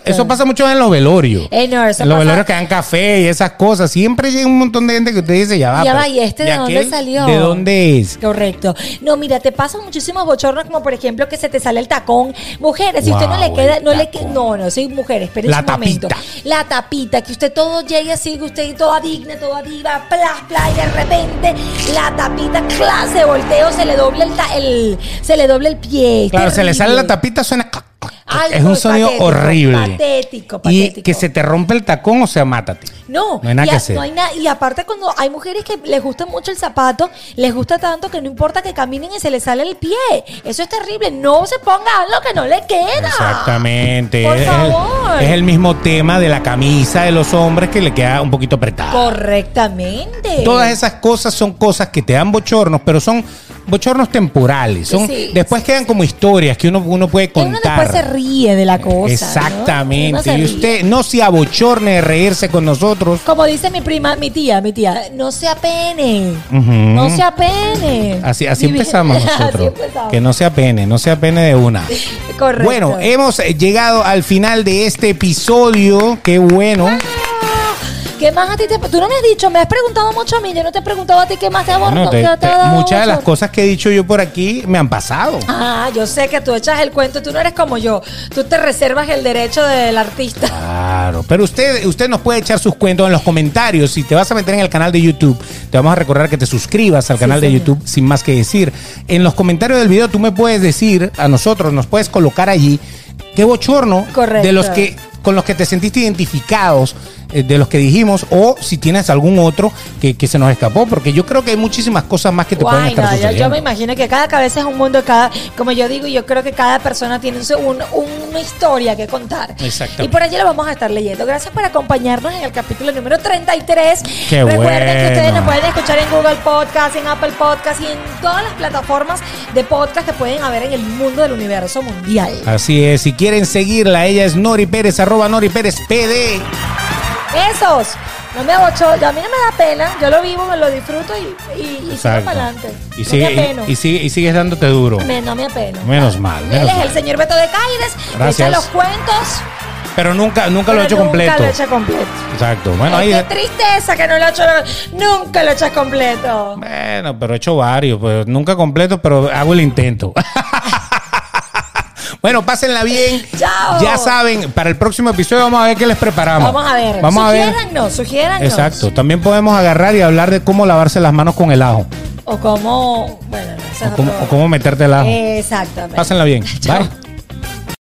S1: Eso, eso pasa mucho en los velorios.
S2: Eh, no, eso
S1: en los
S2: pasa-
S1: velorios que dan café y esas cosas. Siempre llega un montón de gente que usted dice, ya va.
S2: ya
S1: pero-
S2: va, ¿y este de dónde
S1: aquel,
S2: salió?
S1: ¿De dónde es?
S2: Correcto. No, mira, te pasan muchísimos bochornos, como por ejemplo que se te sale el tacón. Mujeres, si usted no
S1: Wow,
S2: le queda,
S1: el
S2: no le que-
S1: tacón.
S2: No, no, soy mujer, espérense
S1: La
S2: un momento.
S1: tapita.
S2: La tapita, que usted todo llegue así, que usted toda digna, toda diva, plas, plas, y de repente la tapita, clase, volteo, se le dobla el, ta- el- se le dobla el pie. es
S1: Claro, se le
S2: terrible.
S1: sale la tapita, suena. clac, clac, clac.
S2: Algo
S1: es un sonido
S2: patético,
S1: horrible.
S2: patético,
S1: Y
S2: patético.
S1: que se te rompe el tacón, o sea, mátate.
S2: No,
S1: No hay nada
S2: y, a-
S1: que hacer.
S2: no hay nada- y aparte cuando hay mujeres que les gusta mucho el zapato, les gusta tanto que no importa que caminen y se les sale el pie. Eso es terrible. No se ponga algo que no le queda.
S1: Exactamente.
S2: Por
S1: es, es el-
S2: favor.
S1: es el mismo tema de la camisa de los hombres que le queda un poquito apretada.
S2: Correctamente.
S1: Todas esas cosas son cosas que te dan bochornos, pero son bochornos temporales. Son,
S2: Sí,
S1: después quedan como historias que uno, uno puede
S2: Que uno
S1: contar.
S2: después se ríe de la cosa. ¿no? Uno
S1: Exactamente.
S2: se
S1: Y
S2: ríe.
S1: usted no se abochorne de reírse con nosotros.
S2: Como dice mi prima, mi tía, mi tía, no se apene.
S1: Ujú.
S2: No se apene.
S1: Así, así
S2: Mi vie-
S1: empezamos
S2: así
S1: nosotros.
S2: empezamos.
S1: Que no sea pene, no sea pene de una.
S2: Correcto.
S1: Bueno, hemos eh, llegado al final de este episodio. Qué bueno.
S2: ¿Qué más a ti te.? Tú no me has dicho, me has preguntado mucho a mí. Yo no te he preguntado a ti qué más te ha
S1: Bueno,
S2: abordado.
S1: te-
S2: qué te ha
S1: te-
S2: dado
S1: muchas de las
S2: mucho.
S1: cosas que he dicho yo por aquí me han pasado.
S2: Ah, yo sé que tú echas el cuento, tú no eres como yo. Tú te reservas el derecho del artista.
S1: Claro, pero usted, usted nos puede echar sus cuentos en los comentarios. Si te vas a meter en el canal de YouTube, te vamos a recordar que te suscribas al canal de
S2: señor.
S1: YouTube sin más que decir. En los comentarios del video tú me puedes decir a nosotros, nos puedes colocar allí qué bochorno
S2: Correcto.
S1: de los que con los que te sentiste identificados eh, de los que dijimos o si tienes algún otro que, que se nos escapó porque yo creo que hay muchísimas cosas más que te pueden
S2: Guay,
S1: estar
S2: no, yo,
S1: sucediendo.
S2: yo me imagino que cada cabeza es un mundo, cada, como yo digo, yo creo que cada persona tiene un- un- una historia que contar.
S1: Exactamente.
S2: Y por allí lo vamos a estar leyendo. Gracias por acompañarnos en el capítulo número 33.
S1: Qué
S2: Recuerden
S1: bueno.
S2: que ustedes nos pueden escuchar en Google Podcast, en Apple Podcast y en todas las plataformas de podcast que pueden haber en el mundo del universo mundial.
S1: Así es, si quieren seguirla, ella es Nori Pérez, arroba Nori Pérez PD.
S2: Esos, no me abocho, yo- a mí no me da pena, yo lo vivo, me lo disfruto y, y, y sigo
S1: Exacto.
S2: para adelante.
S1: Y,
S2: No
S1: sigue-
S2: me apeno.
S1: y- y sigue- y sigues dándote duro.
S2: Me- no me apeno.
S1: Menos mal, menos
S2: Él es
S1: mal.
S2: el señor Beto de Cáceres.
S1: Gracias.
S2: Echa los cuentos.
S1: Pero nunca, nunca
S2: pero
S1: lo he hecho
S2: nunca
S1: completo.
S2: lo echa completo.
S1: Exacto. Bueno,
S2: Ay,
S1: ahí.
S2: qué tristeza que no lo ha hecho. Nunca lo echas completo.
S1: Bueno, pero he hecho varios. Pues nunca completo, pero hago el intento. Bueno, pásenla bien.
S2: Chao.
S1: Ya saben, para el próximo episodio vamos a ver qué les preparamos.
S2: Vamos a ver.
S1: Vamos a ver.
S2: Sugiérannos, sugiérannos.
S1: Exacto. También podemos agarrar y hablar de cómo lavarse las manos con el ajo.
S2: O cómo. Bueno, no, esa es
S1: O cómo,
S2: otra-
S1: o cómo meterte el ajo.
S2: Exactamente.
S1: Pásenla bien.
S2: Eh, Chao.
S1: Bye.